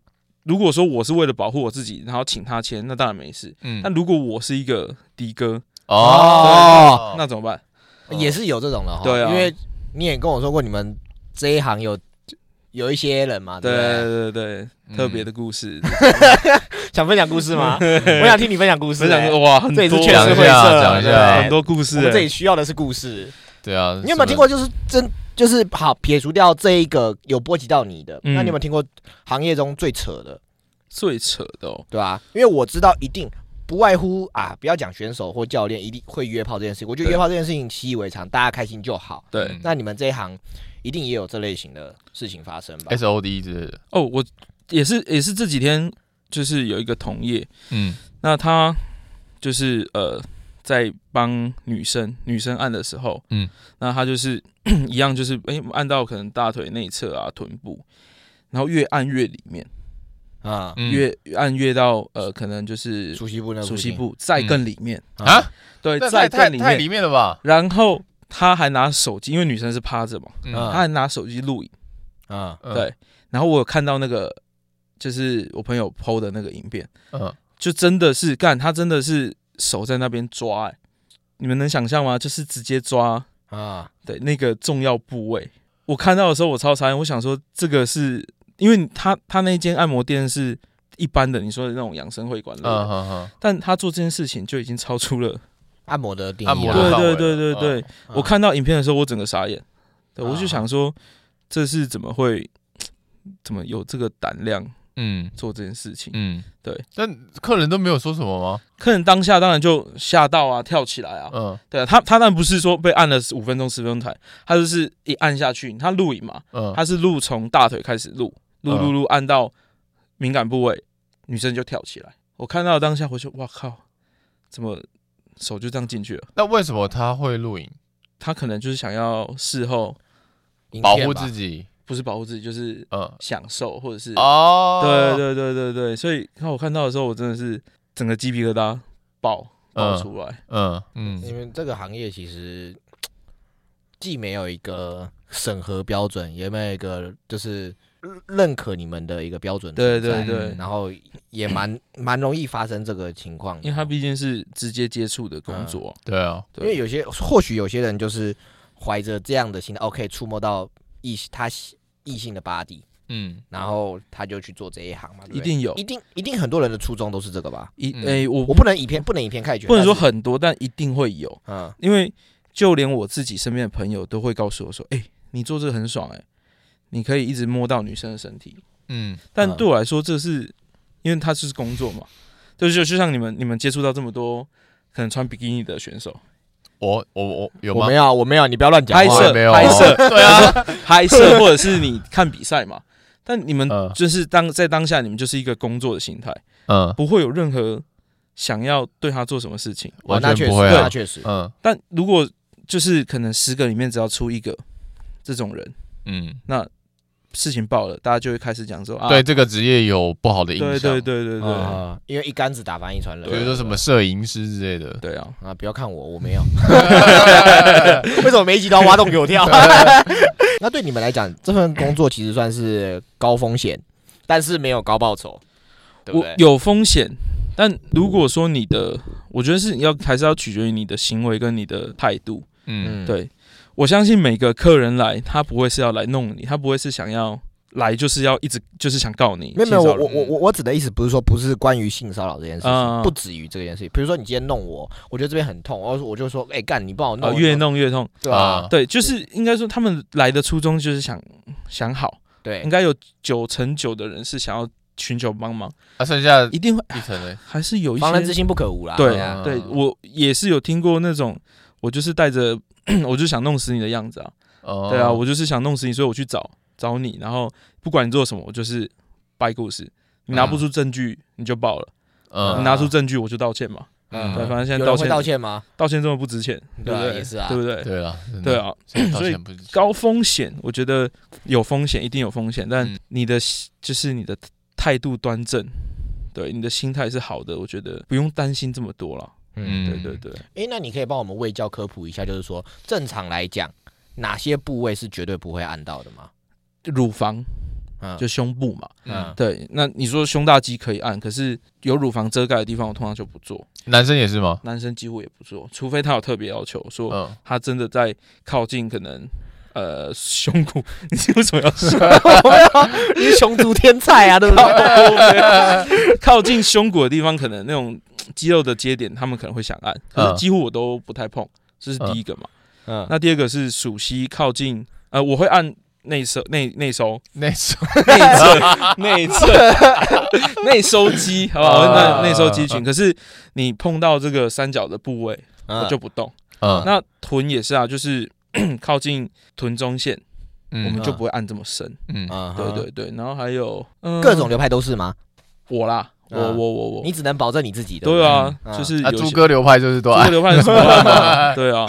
Speaker 3: 如果说我是为了保护我自己，然后请他签，那当然没事。
Speaker 1: 嗯
Speaker 3: 但，如果我是一个的哥，
Speaker 2: 哦
Speaker 3: 那怎么办？
Speaker 2: 也是有这种的哈，
Speaker 3: 对啊
Speaker 2: 因为你也跟我说过，你们这一啊行有有一些人嘛，对不
Speaker 1: 嗯
Speaker 2: 嗯对？
Speaker 3: 对对对，特别的故事，
Speaker 2: 想分享故事 吗？我想听你分享故事、
Speaker 3: 分享
Speaker 2: 欸
Speaker 3: 个哇，很
Speaker 2: 这
Speaker 3: 多啊
Speaker 2: 也是确
Speaker 1: 讲
Speaker 2: 实
Speaker 1: 一
Speaker 2: 会
Speaker 1: 下，
Speaker 2: 社
Speaker 1: 讲一
Speaker 2: 对
Speaker 1: 下
Speaker 3: 很，多故事
Speaker 2: 我们这
Speaker 3: 欸，
Speaker 2: 里需要的是故事。
Speaker 1: 对啊。
Speaker 2: 你有没有听过？就是真就是好撇除掉这一个有波及到你的，
Speaker 3: 嗯
Speaker 2: 那你有没有听过行业中最扯的，
Speaker 3: 最扯的哦，
Speaker 2: 对吧、因为我知道一定。不外乎啊，不要讲选手或教练一定会约炮这件事情，我觉得
Speaker 3: 对
Speaker 2: 约炮这件事情习以为常，大家开心就好。
Speaker 3: 对，
Speaker 2: 那你们这一行一定也有这类型的事情发生吧？
Speaker 1: S O D 之类的？
Speaker 3: 哦，我也是也是这几天就是有一个同业，
Speaker 1: 嗯，
Speaker 3: 那他就是呃，在帮女生女生按的时候，
Speaker 1: 嗯，
Speaker 3: 那他就是 一样，就是哎、诶按到可能大腿内侧啊、臀部，然后越按越里面，哎
Speaker 2: 啊，
Speaker 1: 嗯
Speaker 3: 越越按越到呃，可能就是
Speaker 2: 熟悉部那
Speaker 3: 熟悉
Speaker 2: 行
Speaker 3: 部再更里面，
Speaker 1: 啊，
Speaker 3: 对，
Speaker 1: 那太
Speaker 3: 再
Speaker 1: 太
Speaker 3: 更里
Speaker 1: 太
Speaker 3: 面，
Speaker 1: 里面了吧？
Speaker 3: 然后他还拿手机，因为女生是趴着嘛，
Speaker 1: 嗯
Speaker 2: 啊
Speaker 3: 他还拿手机录影，
Speaker 2: 啊，
Speaker 1: 嗯
Speaker 3: 对，然后我有看到那个就是我朋友 PO 的那个影片。
Speaker 1: 嗯，
Speaker 3: 就真的是干，他真的是手在那边抓、欸，你们能想象吗？就是直接抓，
Speaker 2: 啊，
Speaker 3: 对那个重要部位。我看到的时候，我超傻眼，我想说这个是因为他他那间按摩店是一般的，你说的那种养生会馆类的
Speaker 1: 嗯哼哼，
Speaker 3: 但他做这件事情就已经超 出了，
Speaker 2: 按摩的定义啊，
Speaker 1: 按摩
Speaker 3: 对
Speaker 1: 的范围
Speaker 3: 对
Speaker 1: 了
Speaker 3: 对对
Speaker 1: 嗯
Speaker 3: 对，
Speaker 2: 啊
Speaker 3: 我看到影片的时候，我整个傻眼，对
Speaker 2: 啊
Speaker 3: 我就想说这是怎么会怎么有这个胆量
Speaker 1: 嗯
Speaker 3: 做这件事情？
Speaker 1: 嗯，
Speaker 3: 对。
Speaker 1: 但客人都没有说什么吗？
Speaker 3: 客人当下当然就吓到啊，跳起来啊，
Speaker 1: 嗯
Speaker 3: 对啊，他他当然不是说被按了五分钟十分钟才，他就是一按下去，他录影嘛，
Speaker 1: 嗯，
Speaker 3: 他是录从大腿开始录，录
Speaker 1: 嗯
Speaker 3: 录录按到敏感部位，女生就跳起来。我看到当下回去，哇靠，怎么手就这样进去了？
Speaker 1: 那为什么他会录影？
Speaker 3: 他可能就是想要事后
Speaker 2: 嗯
Speaker 1: 保护自
Speaker 2: 己，
Speaker 1: 己？
Speaker 3: 不是保护自己，就是
Speaker 1: 嗯，
Speaker 3: 享受或者是，
Speaker 1: 哦，
Speaker 3: 对对对对对，所以看我看到的时候，我真的是整个鸡皮疙瘩爆爆
Speaker 1: 嗯
Speaker 3: 出来，
Speaker 1: 嗯
Speaker 2: 你
Speaker 1: 嗯，
Speaker 2: 们这个行业其实既没有一个审核标准，也没有一个就是认可你们的一个标准
Speaker 3: 对
Speaker 2: 存在，
Speaker 3: 对
Speaker 1: 在
Speaker 3: 对
Speaker 1: 嗯，
Speaker 2: 然后也蛮 蛮容易发生这个情况的，
Speaker 3: 因为他毕竟是直接接触的工作，
Speaker 1: 对啊，
Speaker 2: 因为
Speaker 3: 对，
Speaker 2: 有些或许有些人就是怀着这样的心态，哦，可以触摸到异他喜异性的 body，
Speaker 1: 嗯
Speaker 2: 然后他就去做这一行嘛，对不对
Speaker 3: 一定有
Speaker 2: 嗯一定一定很多人的初衷都是这个吧？
Speaker 3: 一
Speaker 1: 嗯
Speaker 3: 诶、我
Speaker 2: 我不能以偏不能以偏概全，
Speaker 3: 不能说
Speaker 2: 但是
Speaker 3: 很多，但一定会有，
Speaker 2: 嗯
Speaker 3: 因为就连我自己身边的朋友都会告诉我说：“哎、你做这个很爽哎、你可以一直摸到女生的身体。
Speaker 1: 嗯”
Speaker 3: 但
Speaker 2: 嗯
Speaker 3: 对我来说，这是因为它就是工作嘛，就是就像你们你们接触到这么多可能穿比基尼的 选手，
Speaker 1: 我我我有
Speaker 2: 我
Speaker 1: 吗
Speaker 2: 没？有我没有，你不要乱讲
Speaker 3: 拍
Speaker 2: 话
Speaker 1: 我也
Speaker 3: 摄
Speaker 1: 没有
Speaker 3: 拍摄
Speaker 1: 对啊，
Speaker 3: 拍摄或者是你看比赛嘛，但你们
Speaker 1: 嗯
Speaker 3: 就是当在当下你们就是一个工作的心态，
Speaker 1: 嗯，
Speaker 3: 不会有任何想要对他做什么事情。
Speaker 2: 哦
Speaker 1: 完
Speaker 2: 那确
Speaker 1: 全
Speaker 2: 实
Speaker 1: 不会
Speaker 2: 那
Speaker 1: 啊，
Speaker 2: 确实，
Speaker 1: 嗯
Speaker 3: 但如果就是可能十个里面只要出一个这种人，
Speaker 1: 嗯，
Speaker 3: 事情爆了，大家就会开始讲说啊，
Speaker 1: 对这个职业有不好的影响，嗯
Speaker 3: 对对对对对、
Speaker 2: 啊，因为一竿子打翻一船人。
Speaker 1: 比如说什么摄影师之类的，
Speaker 3: 对啊，
Speaker 2: 啊，不要看我，我 没有。为什么每一集都要挖洞给我 跳？那对你们来讲，这份工作其实算是高风险，但是没有高报酬，对不
Speaker 3: 我
Speaker 2: 对？
Speaker 3: 有风险，但如果说你的，我觉得是要还是要取决于你的行为跟你的态度。
Speaker 1: 嗯，
Speaker 3: 对我相信每个客人来，他不会是要来弄你，他不会是想要来就是要一直就是想告你，
Speaker 2: 没有没有，
Speaker 3: 性
Speaker 2: 我
Speaker 3: 骚扰
Speaker 2: 我我我我指的意思不是说不是关于性骚扰这件事情，
Speaker 3: 嗯
Speaker 2: 不止于这件事情。比如说你今天弄我，我觉得这边很痛，我我就说，哎，干你帮我
Speaker 3: 啊
Speaker 2: 弄，
Speaker 3: 越弄越痛。
Speaker 2: 对啊，
Speaker 3: 对，就是应该说他们来的初衷就是想想好，
Speaker 2: 对
Speaker 3: 应，该有九成九的人是想要寻求帮忙，
Speaker 1: 啊，剩下
Speaker 3: 一定会
Speaker 1: 一层嘞，
Speaker 3: 还是有一
Speaker 2: 嗯
Speaker 3: 些
Speaker 2: 防人之心不可无啦。
Speaker 3: 对
Speaker 2: 啊，
Speaker 3: 对
Speaker 1: 嗯
Speaker 3: 我也是有听过那种，我就是带着， 我就想弄死你的样子啊，
Speaker 1: 哦，
Speaker 3: 对啊，我就是想弄死你，所以我去找找你，然后不管你做什么，我就是掰故事，你拿不出证据你就爆了，你
Speaker 1: 嗯
Speaker 3: 拿出证据我就道歉嘛，
Speaker 1: 嗯
Speaker 3: 对，反正现在
Speaker 2: 有
Speaker 3: 道
Speaker 2: 人会
Speaker 3: 歉
Speaker 2: 道歉吗？
Speaker 3: 道歉这么不值钱，对
Speaker 2: 对啊，
Speaker 3: 不对？
Speaker 2: 也是啊
Speaker 3: 对，不对？
Speaker 1: 对啊，真的
Speaker 3: 对，啊，
Speaker 1: 道
Speaker 3: 所以
Speaker 1: 歉不是
Speaker 3: 高风险，我觉得有风险，一定有风险，但
Speaker 1: 嗯
Speaker 3: 你的就是你的态度端正，对你的心态是好的，我觉得不用担心这么多了。
Speaker 1: 嗯
Speaker 3: 对对对，
Speaker 2: 诶，那你可以帮我们卫教科普一下，就是说正常来讲，哪些部位是绝对不会按到的吗？
Speaker 3: 乳房
Speaker 2: 嗯，
Speaker 3: 就胸部嘛，
Speaker 1: 嗯，
Speaker 3: 对，那你说胸大肌可以按，可是有乳房遮盖的地方，我通常就不做，
Speaker 1: 男生也是吗？
Speaker 3: 男生几乎也不做，除非他有特别要求，说
Speaker 1: 嗯
Speaker 3: 他真的在靠近可能呃胸骨， 你为什么要说
Speaker 2: 你是雄足天才啊，对不对？
Speaker 3: 靠近胸骨的地方，可能那种肌肉的接点，他们可能会想按，可
Speaker 1: 嗯
Speaker 3: 是几乎我都不太碰，这是第一个嘛。
Speaker 2: 嗯，
Speaker 3: 那第二个是属膝靠近，呃，我会按内收内 内收
Speaker 1: 那种
Speaker 3: 内侧内侧 内收肌，好不好？
Speaker 1: 啊
Speaker 3: 那内收肌群，可是你碰到这个三角的部位，我就不动。
Speaker 1: 嗯，
Speaker 3: 那臀也是啊，就是 靠近臀中线，我们就啊不会按这么深。
Speaker 1: 嗯嗯
Speaker 2: 嗯，
Speaker 3: 对对对，然后还有嗯
Speaker 2: 各种流派都是吗？
Speaker 3: 我啦，我
Speaker 2: 啊
Speaker 3: 我我我
Speaker 2: 你，只能保证你自己的。
Speaker 3: 嗯 对啊
Speaker 2: 嗯，
Speaker 3: 就是
Speaker 1: 那
Speaker 3: 有
Speaker 1: 猪
Speaker 3: 些
Speaker 1: 哥流派就是都啊
Speaker 3: 诸葛
Speaker 1: 爱
Speaker 3: 流派是什么 办法？对啊，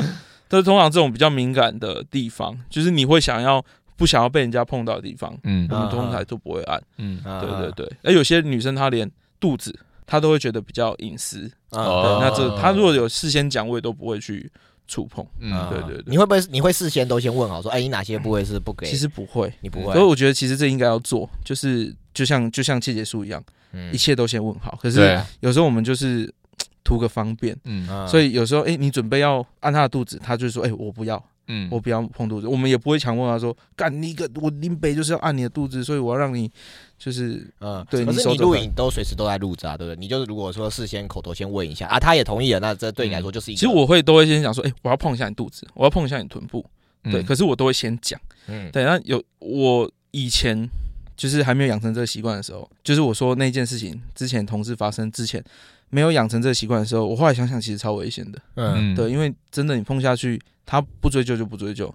Speaker 3: 但是通常这种比较敏感的地方，就是你会想要不想要被人家碰到的地方，
Speaker 1: 嗯
Speaker 3: 我
Speaker 2: 啊
Speaker 3: 们通常都不会按。
Speaker 1: 嗯
Speaker 2: 嗯
Speaker 3: 对对，对，而有些女生她连肚子她都会觉得比较隐私，
Speaker 2: 嗯
Speaker 3: 对
Speaker 1: 哦
Speaker 3: 那这她如果有事先讲，我也都不会去触碰。
Speaker 1: 嗯
Speaker 3: 啊对对对
Speaker 2: 你会不会你会事先都先问好说，哎，你哪些部位是不给？
Speaker 3: 其实不会，
Speaker 2: 你
Speaker 1: 嗯
Speaker 2: 不会
Speaker 3: 所以，我觉得其实这应该要做，就是就像就像切结书一样，
Speaker 2: 嗯
Speaker 3: 一切都先问好。可是
Speaker 1: 对，
Speaker 3: 有时候我们就是嘖图个方便。
Speaker 1: 嗯
Speaker 2: 嗯
Speaker 3: 所以有时候，哎、你准备要按她的肚子，她就说，哎、我不要，
Speaker 1: 嗯，
Speaker 3: 我不要碰肚子，我们也不会强迫他说，干你一个我林北就是要按你的肚子，所以我要让你就是
Speaker 2: 嗯，
Speaker 3: 对
Speaker 2: 可
Speaker 3: 你
Speaker 2: 是
Speaker 3: 手
Speaker 2: 你
Speaker 3: 肘
Speaker 2: 录
Speaker 3: 看
Speaker 2: 影都随时都在录着啊，对不对？你就是如果说事先口头先问一下啊，他也同意了，那这对你来说就是一个。
Speaker 3: 嗯其实我会都会先想说，哎、我要碰一下你肚子，我要碰一下你臀部，
Speaker 1: 嗯
Speaker 3: 对，可是我都会先讲，
Speaker 2: 嗯
Speaker 3: 对，那有我以前就是还没有养成这个习惯的时候，就是我说那件事情之前同事发生之前没有养成这个习惯的时候，我后来想想其实超危险的，
Speaker 2: 嗯
Speaker 1: 嗯
Speaker 3: 对，因为真的你碰下去，他不追究就不追究，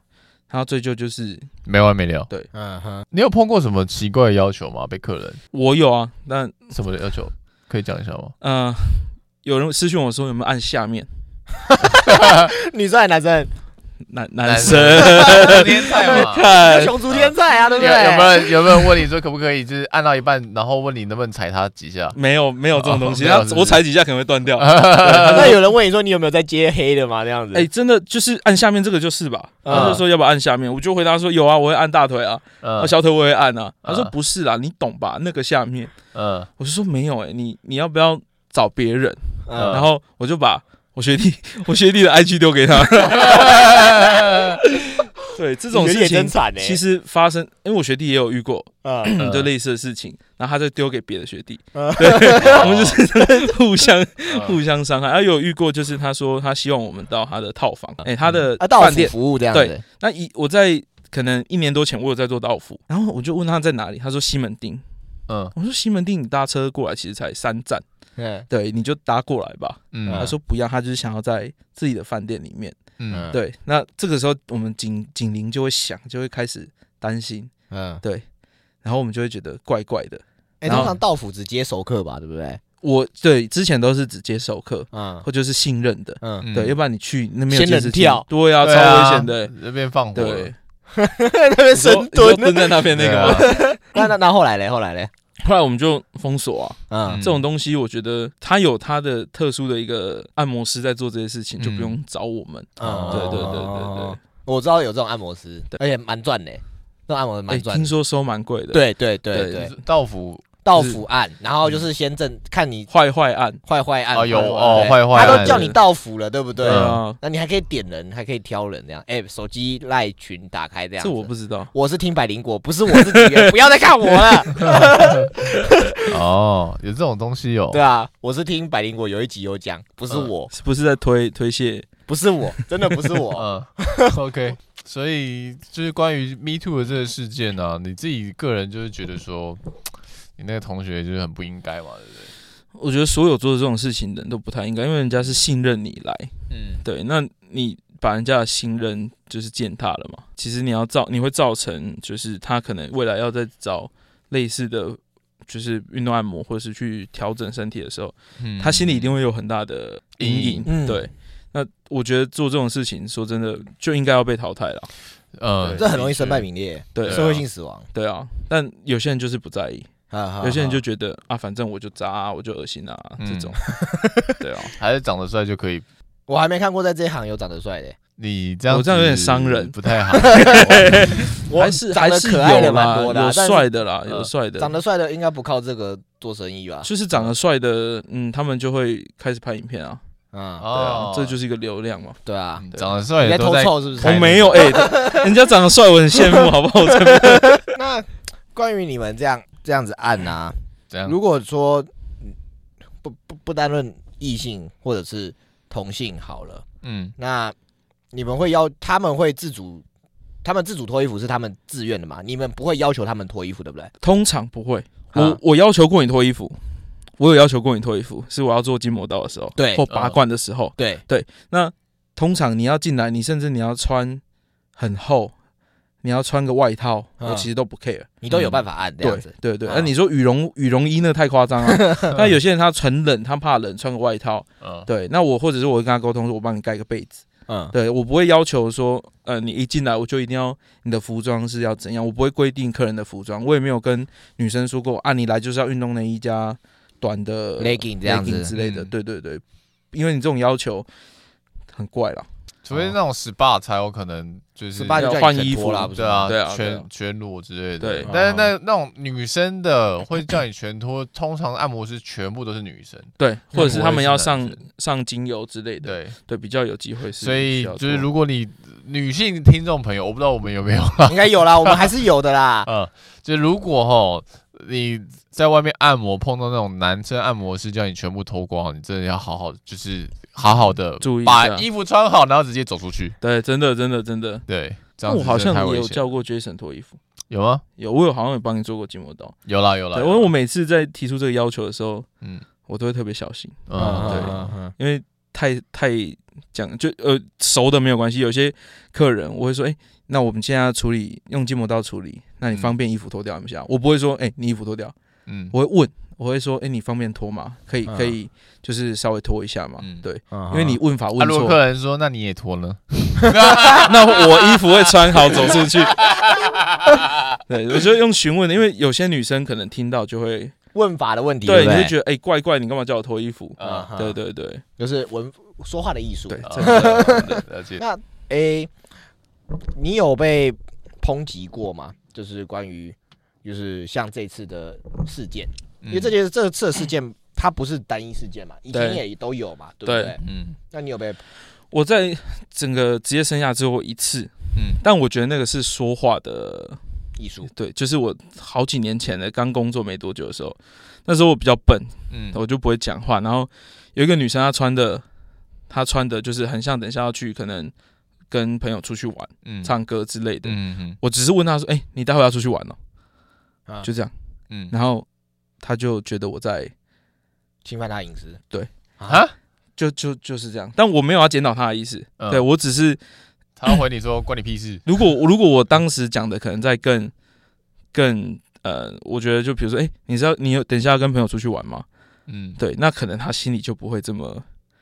Speaker 3: 他要追究就是
Speaker 1: 没完没了。
Speaker 2: 嗯 哼，
Speaker 1: 你有碰过什么奇怪的要求吗？被客人
Speaker 3: 我有啊，但
Speaker 1: 什么的要求可以讲一下吗？
Speaker 3: 嗯、呃有人私讯我说有没有按下面。
Speaker 2: 女生还是男 生，
Speaker 3: 男
Speaker 1: 男
Speaker 3: 男
Speaker 1: 生
Speaker 3: 生，
Speaker 1: 天才嘛
Speaker 3: 看
Speaker 2: 雄足天才啊，对
Speaker 1: 有
Speaker 2: 不
Speaker 1: 有
Speaker 2: 对？
Speaker 1: 没有人有没有人问你说可不可以就是按到一半，然后问你能不能踩他几下？
Speaker 3: 没有没有这种东西，
Speaker 1: 哦没有
Speaker 3: 那
Speaker 1: 是啊不是
Speaker 3: 我踩几下可能会断掉。
Speaker 2: 那有人问你说你有没有在接黑的吗？这样子，
Speaker 3: 哎，真的就是按下面这个就是吧？
Speaker 1: 啊
Speaker 2: 嗯
Speaker 3: 他就说要不要按下面，我就回答说有啊，我会按大腿啊，
Speaker 1: 嗯
Speaker 3: 啊小腿我也按啊。他说
Speaker 1: 嗯
Speaker 3: 不是啦，你懂吧？那个下面，
Speaker 1: 嗯
Speaker 3: 我就说没有哎，你你要不要找别人？
Speaker 1: 嗯
Speaker 3: 然后我就把我学弟 我学弟的 IG 丢给他。对这
Speaker 2: 这
Speaker 3: 种事
Speaker 2: 真
Speaker 3: 情，
Speaker 2: 惨呢。欸
Speaker 3: 其实发生，因为我学弟也有遇过
Speaker 2: 嗯，
Speaker 1: 嗯
Speaker 3: 就类似的事情，然后他就丢给别的学弟，
Speaker 1: 我
Speaker 3: 我们就是互相
Speaker 1: 嗯
Speaker 3: 互相伤害。啊，有遇过，就是他说他希望我们到他的套房，哎、他的
Speaker 2: 啊，到
Speaker 3: 饭
Speaker 2: 府
Speaker 3: 店。
Speaker 2: 服务这样子，
Speaker 3: 那一我在可能一年多前，我有在做到府，然后我就问他在哪里，他说西门町。
Speaker 1: 嗯
Speaker 3: 我说西门町，你搭车过来其实才三站，
Speaker 2: 嗯
Speaker 3: 对，你就搭过来吧。
Speaker 1: 嗯
Speaker 3: 他哎啊说不要，他就是想要在自己的饭店里面。
Speaker 1: 嗯
Speaker 3: 对，那这个时候我们警警铃就会响，就会开始担心，
Speaker 2: 嗯，
Speaker 3: 对，然后我们就会觉得怪怪的。
Speaker 2: 哎，
Speaker 3: 然
Speaker 2: 通
Speaker 3: 后
Speaker 2: 常到府只接熟客吧，对不对？
Speaker 3: 我对之前都是只接授课
Speaker 2: 嗯
Speaker 3: 或就是信任的，
Speaker 2: 嗯，
Speaker 3: 对，要不然你去那边有
Speaker 2: 仙人
Speaker 3: 监视器
Speaker 2: 跳
Speaker 3: 对啊，超
Speaker 1: 对啊
Speaker 3: 危险的欸。
Speaker 1: 那边放火了
Speaker 3: 对，，
Speaker 2: 在那边
Speaker 3: 你说
Speaker 2: 深
Speaker 3: 你说
Speaker 2: 蹲。
Speaker 3: 蹲 在那边那个吗？
Speaker 1: 对啊
Speaker 2: 那那那后来嘞？后来嘞？
Speaker 3: 后来我们就封锁啊。
Speaker 2: 嗯
Speaker 1: 嗯
Speaker 3: 这种东西，我觉得他有他的特殊的一个按摩师在做这些事情，
Speaker 1: 嗯
Speaker 3: 就不用找我们。
Speaker 1: 哦
Speaker 3: 嗯对对对对
Speaker 2: 嗯哦我知道有这种按摩师，而且蛮赚的，欸这种按摩蛮
Speaker 3: 对，哎，
Speaker 2: 赚
Speaker 3: 听
Speaker 2: 的。
Speaker 3: 说收蛮贵的。，
Speaker 2: 对对对
Speaker 3: 对
Speaker 2: 对，
Speaker 1: 道府
Speaker 2: 到府按，然后
Speaker 3: 嗯
Speaker 2: 就是先正看你
Speaker 3: 坏坏案。
Speaker 2: 坏坏按
Speaker 1: 哦有
Speaker 2: 对
Speaker 1: 哦坏坏按
Speaker 2: 他都叫你到府了，对不对
Speaker 1: 对？
Speaker 3: 啊，
Speaker 2: 那你还可以点人，还可以挑人这样。哎，手机赖群打开这样子。
Speaker 3: 这我不知道。
Speaker 2: 我是听百灵果，不是我自己的， 不要再看我了。
Speaker 1: 哦，有这种东西哦
Speaker 2: 对。啊，我是听百灵果有一集有讲，不是我，
Speaker 3: 是不是在推推卸？
Speaker 2: 不是我，真的不是我。
Speaker 1: 嗯，OK，所以就是关于 Me Too 的这个事件呢、啊，你自己个人就是觉得说，你那个同学就是很不应该嘛，对不对？
Speaker 3: 我觉得所有做这种事情的人都不太应该，因为人家是信任你来，
Speaker 1: 嗯
Speaker 3: 对，那你把人家的信任就是践踏了嘛？其实你要造，你会造成就是他可能未来要再找类似的，就是运动按摩或者是去调整身体的时候，
Speaker 1: 嗯
Speaker 3: 他心里一定会有很大的阴
Speaker 1: 阴
Speaker 3: 影
Speaker 1: 影。
Speaker 2: 嗯
Speaker 3: 对，那我觉得做这种事情，说真的就应该要被淘汰了。
Speaker 1: 呃
Speaker 3: 嗯 对
Speaker 2: 这很容易身败名裂，
Speaker 3: 对
Speaker 2: 社会性死亡。
Speaker 3: 对啊，但有些人就是不在意，有
Speaker 2: 有
Speaker 3: 些人就觉得啊，反正我就渣、啊，我就恶心啊，
Speaker 1: 嗯
Speaker 3: 这 种。对啊，
Speaker 1: 还是长得帅就可以。
Speaker 2: 我还没看过在这一行有长得帅 的，
Speaker 1: 你这样
Speaker 3: 我这样有点
Speaker 1: 子
Speaker 3: 伤人
Speaker 1: 不 太好。
Speaker 2: 我
Speaker 3: 还是
Speaker 2: 长
Speaker 3: 还
Speaker 2: 得
Speaker 3: 是
Speaker 2: 可爱的
Speaker 3: 有
Speaker 2: 蛮
Speaker 3: 啦，
Speaker 2: 多的啊，
Speaker 3: 有
Speaker 2: 但是
Speaker 3: 帅的啦，
Speaker 1: 呃
Speaker 3: 有帅的，
Speaker 2: 长得帅的应该不靠这个做生意吧？
Speaker 3: 就是长得帅的，嗯，他们就会开始拍影片啊。
Speaker 2: 嗯，
Speaker 3: 对啊
Speaker 1: 哦，，
Speaker 3: 这就是一个流量嘛。
Speaker 2: 对啊，
Speaker 1: 嗯
Speaker 3: 对
Speaker 1: 长得帅
Speaker 2: 你在
Speaker 1: 的都
Speaker 2: 偷
Speaker 1: 在
Speaker 2: 臭是不是？
Speaker 3: 我没有哎， 人家长得帅，我很羡慕，好不好？我才不
Speaker 2: 那关于你们这样这样子按啊，
Speaker 1: 怎样？
Speaker 2: 如果说嗯不不不单论异性或者是同性好了，
Speaker 1: 嗯，
Speaker 2: 那你们会要他们会自主，他们自主脱衣服是他们自愿的嘛？你们不会要求他们脱衣服，对不对？
Speaker 3: 通常不会。
Speaker 2: 啊
Speaker 3: 我我要求过你脱衣服，我有要求过你脱衣服，是我要做筋膜刀的时候，
Speaker 2: 对
Speaker 3: 或拔罐的时候。
Speaker 2: 对，
Speaker 3: 那通常你要进来，你甚至你要穿很厚，你要穿个外套，
Speaker 2: 嗯
Speaker 3: 我其实都不 care。
Speaker 2: 你都有办法按这样
Speaker 3: 对
Speaker 2: 子。
Speaker 3: 对对，那、
Speaker 2: 啊
Speaker 3: 你说羽绒羽绒衣那太夸张 了。那有些人他很冷，他怕冷，穿个外套。
Speaker 1: 嗯
Speaker 3: 对，那我或者是我会跟他沟通说，我帮你盖个被子。
Speaker 2: 嗯，
Speaker 3: 对我不会要求说，呃，你一进来我就一定要你的服装是要怎样，我不会规定客人的服装，我也没有跟女生说过啊，你来就是要运动内衣加短的
Speaker 2: Legging 这样子
Speaker 3: legging 之类的。
Speaker 1: 嗯
Speaker 3: 对对对，因为你这种要求很怪啦。
Speaker 1: 除非那种 SPA 才有可能就是
Speaker 2: 八就
Speaker 3: 要
Speaker 2: 叫你
Speaker 3: 换
Speaker 2: 全
Speaker 3: 衣
Speaker 2: 脱
Speaker 3: 服
Speaker 2: 啦，不是
Speaker 1: 对啊，
Speaker 2: 吗
Speaker 3: 对啊对啊
Speaker 1: 全全裸之类的。
Speaker 3: 对
Speaker 1: 但是
Speaker 2: 嗯
Speaker 1: 那那种女生的会叫你全脱，通常按摩师全部都是女生。
Speaker 3: 对，或者是他们要上
Speaker 1: 不会是男
Speaker 3: 上精油之类的，
Speaker 1: 对，
Speaker 3: 对，比较有机会是需
Speaker 1: 所
Speaker 3: 要
Speaker 1: 以
Speaker 3: 做。
Speaker 1: 就是如果你女性听众朋友，我不知道我们有没有啦，。
Speaker 2: 应该有啦，我们还是有的啦
Speaker 1: 嗯， 就如果哈你在外面按摩碰到那种男生按摩师叫你全部脱光，你真的要好好就是好好的
Speaker 3: 注意一
Speaker 1: 把
Speaker 3: 下
Speaker 1: 衣服穿好，然后直接走出去。
Speaker 3: 对，真的真的真的，
Speaker 1: 对，这
Speaker 3: 那
Speaker 1: 样
Speaker 3: 我
Speaker 1: 子
Speaker 3: 哦好
Speaker 1: 真的太
Speaker 3: 像也
Speaker 1: 危
Speaker 3: 有
Speaker 1: 险。
Speaker 3: 叫过 Jason 脱衣服，
Speaker 1: 有吗？
Speaker 3: 有我有好像有帮你做过筋膜刀，
Speaker 1: 有啦有啦。
Speaker 3: 对，因
Speaker 1: 有
Speaker 3: 为
Speaker 1: 啦
Speaker 3: 我每次在提出这个要求的时候，
Speaker 1: 嗯
Speaker 3: 我都会特别小心，
Speaker 1: 嗯
Speaker 2: 嗯
Speaker 1: 对
Speaker 2: 嗯嗯嗯
Speaker 3: 因为太太讲就呃熟的没有关系，有些客人我会说，哎、那我们现在要处理用筋膜刀处理，那
Speaker 1: 嗯
Speaker 3: 你方便衣服脱掉一下？我不会说，哎、你衣服脱掉，
Speaker 1: 嗯
Speaker 3: 我会问，我会说，哎、你方便脱吗？可以
Speaker 2: 嗯
Speaker 3: 可以，就是稍微脱一下嘛，
Speaker 1: 啊嗯
Speaker 3: 对。
Speaker 2: 嗯
Speaker 3: 因为你问法
Speaker 1: 啊，
Speaker 3: 问
Speaker 1: 如
Speaker 3: 错
Speaker 1: 果，客人说那你也脱了，
Speaker 3: 那我衣服会穿好走出去。 对，我就用询问的，因为有些女生可能听到就会，
Speaker 2: 嗯问法的问题，
Speaker 3: 对，
Speaker 2: 不
Speaker 3: 你
Speaker 2: 对嗯
Speaker 3: 就觉得哎、怪怪，你干嘛叫我脱衣服？
Speaker 1: 啊，
Speaker 3: 对，对对
Speaker 2: 就是文说话的艺术。
Speaker 3: 对，
Speaker 1: 啊
Speaker 3: 真的
Speaker 1: 了解。
Speaker 2: 那诶，你有被抨击过吗？就是关于就是像这次的事件，
Speaker 1: 嗯
Speaker 2: 因
Speaker 3: 嗯
Speaker 2: 为这件这次的事件它不是单一事件嘛，以前
Speaker 3: 对
Speaker 2: 也都有嘛，对不
Speaker 3: 对
Speaker 2: 对？
Speaker 1: 嗯
Speaker 2: 那你有被
Speaker 3: 我在整个职业生涯只有一次，
Speaker 1: 嗯
Speaker 3: 但我觉得那个是说话的，
Speaker 2: 艺术？
Speaker 3: 对，就是我好几年前的刚工作没多久的时候，那时候我比较笨，
Speaker 1: 嗯
Speaker 3: 我就不会讲话。然后有一个女生，她穿的，她穿的就是很像等一下要去可能跟朋友出去玩、
Speaker 1: 嗯
Speaker 3: 唱歌之类的。
Speaker 1: 嗯嗯
Speaker 3: 我只是问他说：“哎、你待会要出去玩哦、
Speaker 2: 啊
Speaker 3: 就这样。
Speaker 1: 嗯
Speaker 3: 然后他就觉得我在，
Speaker 2: 侵犯他隐私？
Speaker 3: 对
Speaker 2: 啊，
Speaker 3: 就就就是这样。但我没有要检讨他的意思，
Speaker 1: 嗯
Speaker 3: 对我只是
Speaker 1: 他回你说关你屁事，
Speaker 3: 如果如果我当时讲的可能在更更呃，我觉得就比如说，哎、你知道你有等一下要跟朋友出去玩吗？
Speaker 1: 嗯，
Speaker 3: 对，那可能他心里就不会这么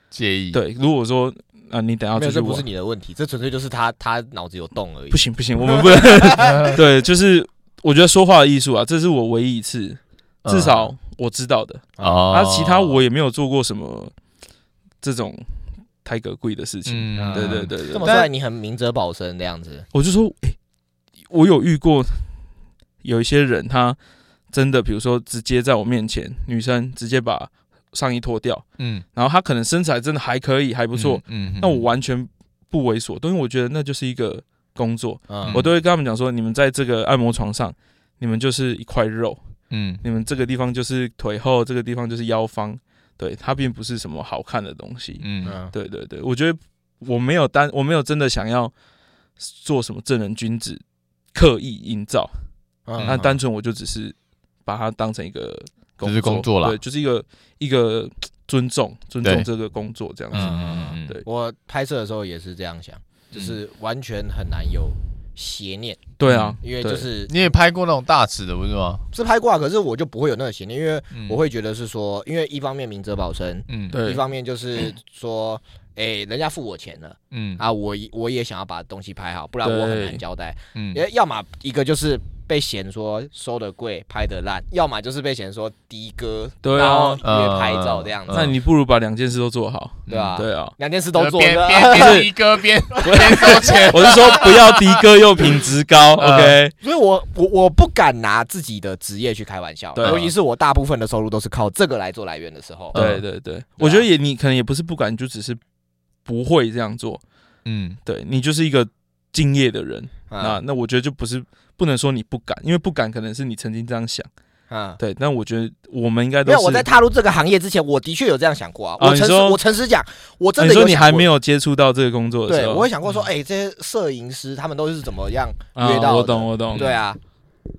Speaker 1: 介意，
Speaker 3: 对。如果说啊、呃你等一下要
Speaker 2: 没有，
Speaker 3: 出去
Speaker 2: 这不是
Speaker 3: 玩，
Speaker 2: 你的问题，这纯粹就是他他脑子有洞而已
Speaker 3: 不。行不行，我们不能 对，就是我觉得说话的艺术啊，这是我唯一一次，
Speaker 1: 嗯，
Speaker 3: 至少我知道的。
Speaker 1: 哦，
Speaker 3: 啊，其他我也没有做过什么这种太格贵的事情。
Speaker 1: 嗯
Speaker 3: 对对，对
Speaker 2: 这
Speaker 3: 对
Speaker 2: 么，说来，你很明哲保身这样子。
Speaker 3: 我就说，哎、我有遇过有一些人，他真的，比如说直接在我面前，女生直接把上衣脱掉，
Speaker 1: 嗯，
Speaker 3: 然后她可能身材真的还可以，还不错，
Speaker 1: 嗯，嗯，
Speaker 3: 那、我完全不猥琐，因为我觉得那就是一个工作，
Speaker 2: 嗯，
Speaker 3: 我都会跟他们讲说，你们在这个按摩床上，你们就是一块肉，
Speaker 1: 嗯
Speaker 3: 你们这个地方就是腿后，这个地方就是腰方，对，它并不是什么好看的东西。
Speaker 1: 嗯
Speaker 2: 嗯
Speaker 3: 对对对，我觉得我没有单，我没有真的想要做什么正人君子，刻意营造，
Speaker 2: 嗯
Speaker 3: 那、单纯我就只是把它当成一个工作，
Speaker 1: 就是工作啦
Speaker 3: 对，就是一个一个尊重，尊
Speaker 1: 对
Speaker 3: 重这个工作这样子。
Speaker 1: 嗯，
Speaker 3: 对
Speaker 2: 我拍摄的时候也是这样想，
Speaker 3: 嗯
Speaker 2: 就是完全很难有邪念，
Speaker 3: 对啊，
Speaker 2: 因为
Speaker 3: 对
Speaker 2: 就是
Speaker 1: 你也拍过那种大尺的不是吗？
Speaker 2: 是拍挂，可是我就不会有那个邪念，因为我会觉得是说，因为一方面明哲保身，
Speaker 1: 嗯
Speaker 2: 一
Speaker 3: 对
Speaker 2: 方面就是说，哎、人家付我钱了啊
Speaker 1: 嗯
Speaker 2: 啊，我也我也想要把东西拍好，不然我很难交代。
Speaker 1: 嗯
Speaker 2: 也要么一个就是被嫌说收的贵、拍的烂，要么就是被嫌说的哥，
Speaker 3: 对啊
Speaker 2: 然后约拍照这样子，
Speaker 1: 嗯呃
Speaker 3: 那你不如把两件事都做好。
Speaker 2: 对啊，
Speaker 3: 对啊，
Speaker 2: 两件事都做
Speaker 1: 边
Speaker 2: 的，
Speaker 1: 边
Speaker 3: 不是
Speaker 1: 边一哥边 边收钱，
Speaker 3: 我是说不要的哥又品质高
Speaker 1: 嗯
Speaker 3: ，OK？
Speaker 2: 所以我我我不敢拿自己的职业去开玩笑，
Speaker 3: 对啊
Speaker 2: 尤其是我大部分的收入都是靠这个来做来源的时候，
Speaker 1: 嗯
Speaker 3: 对对对，我觉得也你可能也不是不敢，你就只是不会这样做。
Speaker 1: 嗯，
Speaker 3: 对你就是一个敬业的人，那
Speaker 2: 嗯
Speaker 3: 那我觉得就不是不能说你不敢，因为不敢可能是你曾经这样想。
Speaker 2: 嗯。
Speaker 3: 对，但我觉得我们应哎该都
Speaker 2: 没
Speaker 3: 是啊
Speaker 2: 有，我在踏入这个行业之前，我的确有这样想过啊。
Speaker 3: 哦
Speaker 2: 我诚实，
Speaker 3: 你说
Speaker 2: 我诚实讲，我真
Speaker 3: 啊
Speaker 2: 的
Speaker 3: 你
Speaker 2: 有
Speaker 3: 说你
Speaker 2: 想
Speaker 3: 还
Speaker 2: 过
Speaker 3: 没有接触到这个工作的
Speaker 2: 对，
Speaker 3: 时候，嗯
Speaker 2: 我会想过说，哎、这些摄影师他们都是怎么样？
Speaker 3: 啊
Speaker 2: 约到
Speaker 3: 我
Speaker 2: 的
Speaker 3: 懂我懂，
Speaker 2: 对啊，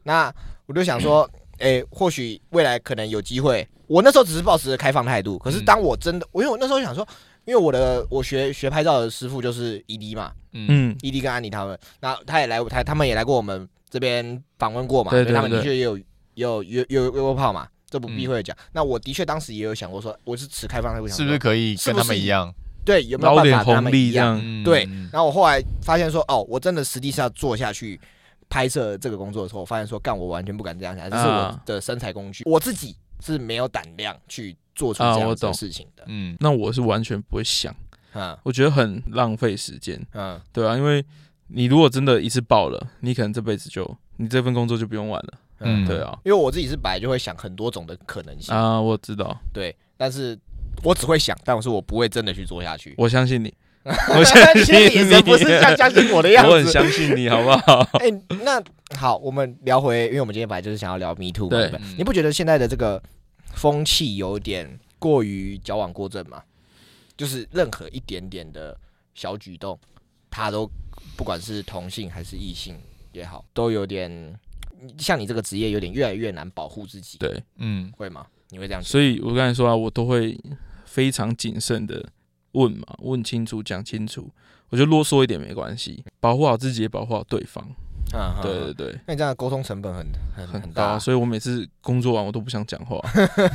Speaker 2: 那我就想说，哎、或许未来可能有机会。我那时候只是抱持着开放态度，可是
Speaker 3: 嗯
Speaker 2: 当我真的，我因为我那时候想说，因为我的我学学拍照的师傅就是 ED 嘛
Speaker 1: 嗯
Speaker 3: 嗯，
Speaker 2: ，ED 跟安妮他们，那他也来他他们也来过我们这边访问过嘛，
Speaker 3: 对对
Speaker 2: 所以他们
Speaker 3: 对
Speaker 2: 的确也有也有约约约过炮嘛，这不避
Speaker 1: 嗯
Speaker 2: 讳讲。那我的确当时也有想过说，我是持开放态
Speaker 3: 嗯
Speaker 2: 度，想
Speaker 1: 是不是
Speaker 2: 说
Speaker 1: 可以
Speaker 2: 是
Speaker 1: 跟
Speaker 2: 不
Speaker 1: 他
Speaker 2: 是
Speaker 1: 们一样？
Speaker 2: 对有没有
Speaker 3: 捞
Speaker 2: 办
Speaker 3: 点
Speaker 2: 法跟他
Speaker 3: 红
Speaker 2: 们
Speaker 3: 利
Speaker 2: 一
Speaker 3: 这
Speaker 2: 样？
Speaker 3: 样，
Speaker 1: 嗯
Speaker 2: 对然后我后来发现说，哦，我真的实际上做下去拍摄这个工作的时候，我发现说，干我完全不敢这样想，这是我
Speaker 3: 啊
Speaker 2: 的身材工具，我自己是没有胆量去做出
Speaker 3: 啊
Speaker 2: 这样
Speaker 3: 我
Speaker 2: 子的
Speaker 3: 懂
Speaker 2: 事情的。
Speaker 1: 嗯
Speaker 3: 那我是完全不会想，
Speaker 2: 嗯
Speaker 3: 我觉得很浪费时间，
Speaker 2: 嗯，
Speaker 3: 对啊，因为你如果真的一次爆了，你可能这辈子就你这份工作就不用玩了，
Speaker 1: 嗯，
Speaker 3: 对，啊，
Speaker 2: 因为我自己是本来就会想很多种的可能性，
Speaker 3: 啊，我知道，
Speaker 2: 对，但是我只会想，但是我不会真的去做下去。
Speaker 3: 我相信你，我相
Speaker 2: 现在眼
Speaker 3: 信
Speaker 2: 神
Speaker 3: 你，
Speaker 2: 不是像相信我的样
Speaker 3: 我很
Speaker 2: 子。
Speaker 3: 相信你，好不好？
Speaker 2: 哎、那好，我们聊回，因为我们今天本来就是想要聊 Me Too 嘛，对嗯
Speaker 3: 对
Speaker 2: 不对？你不觉得现在的这个风气有点过于矫枉过正吗？就是任何一点点的小举动，他都不管是同性还是异性也好，都有点像你这个职业有点越来越难保护自己，
Speaker 3: 对，
Speaker 1: 嗯
Speaker 2: 会吗？你会这样觉得？
Speaker 3: 所以我刚才说啊，我都会非常谨慎的问嘛，问清楚，讲清楚。我就啰嗦一点没关系，保护好自己，也保护好对方。
Speaker 2: 嗯，
Speaker 3: 对对
Speaker 2: 嗯
Speaker 3: 对，
Speaker 2: 那你这样的沟通成本很很
Speaker 3: 很高啊。
Speaker 2: 大，
Speaker 3: 所以我每次工作完，我都不想讲 话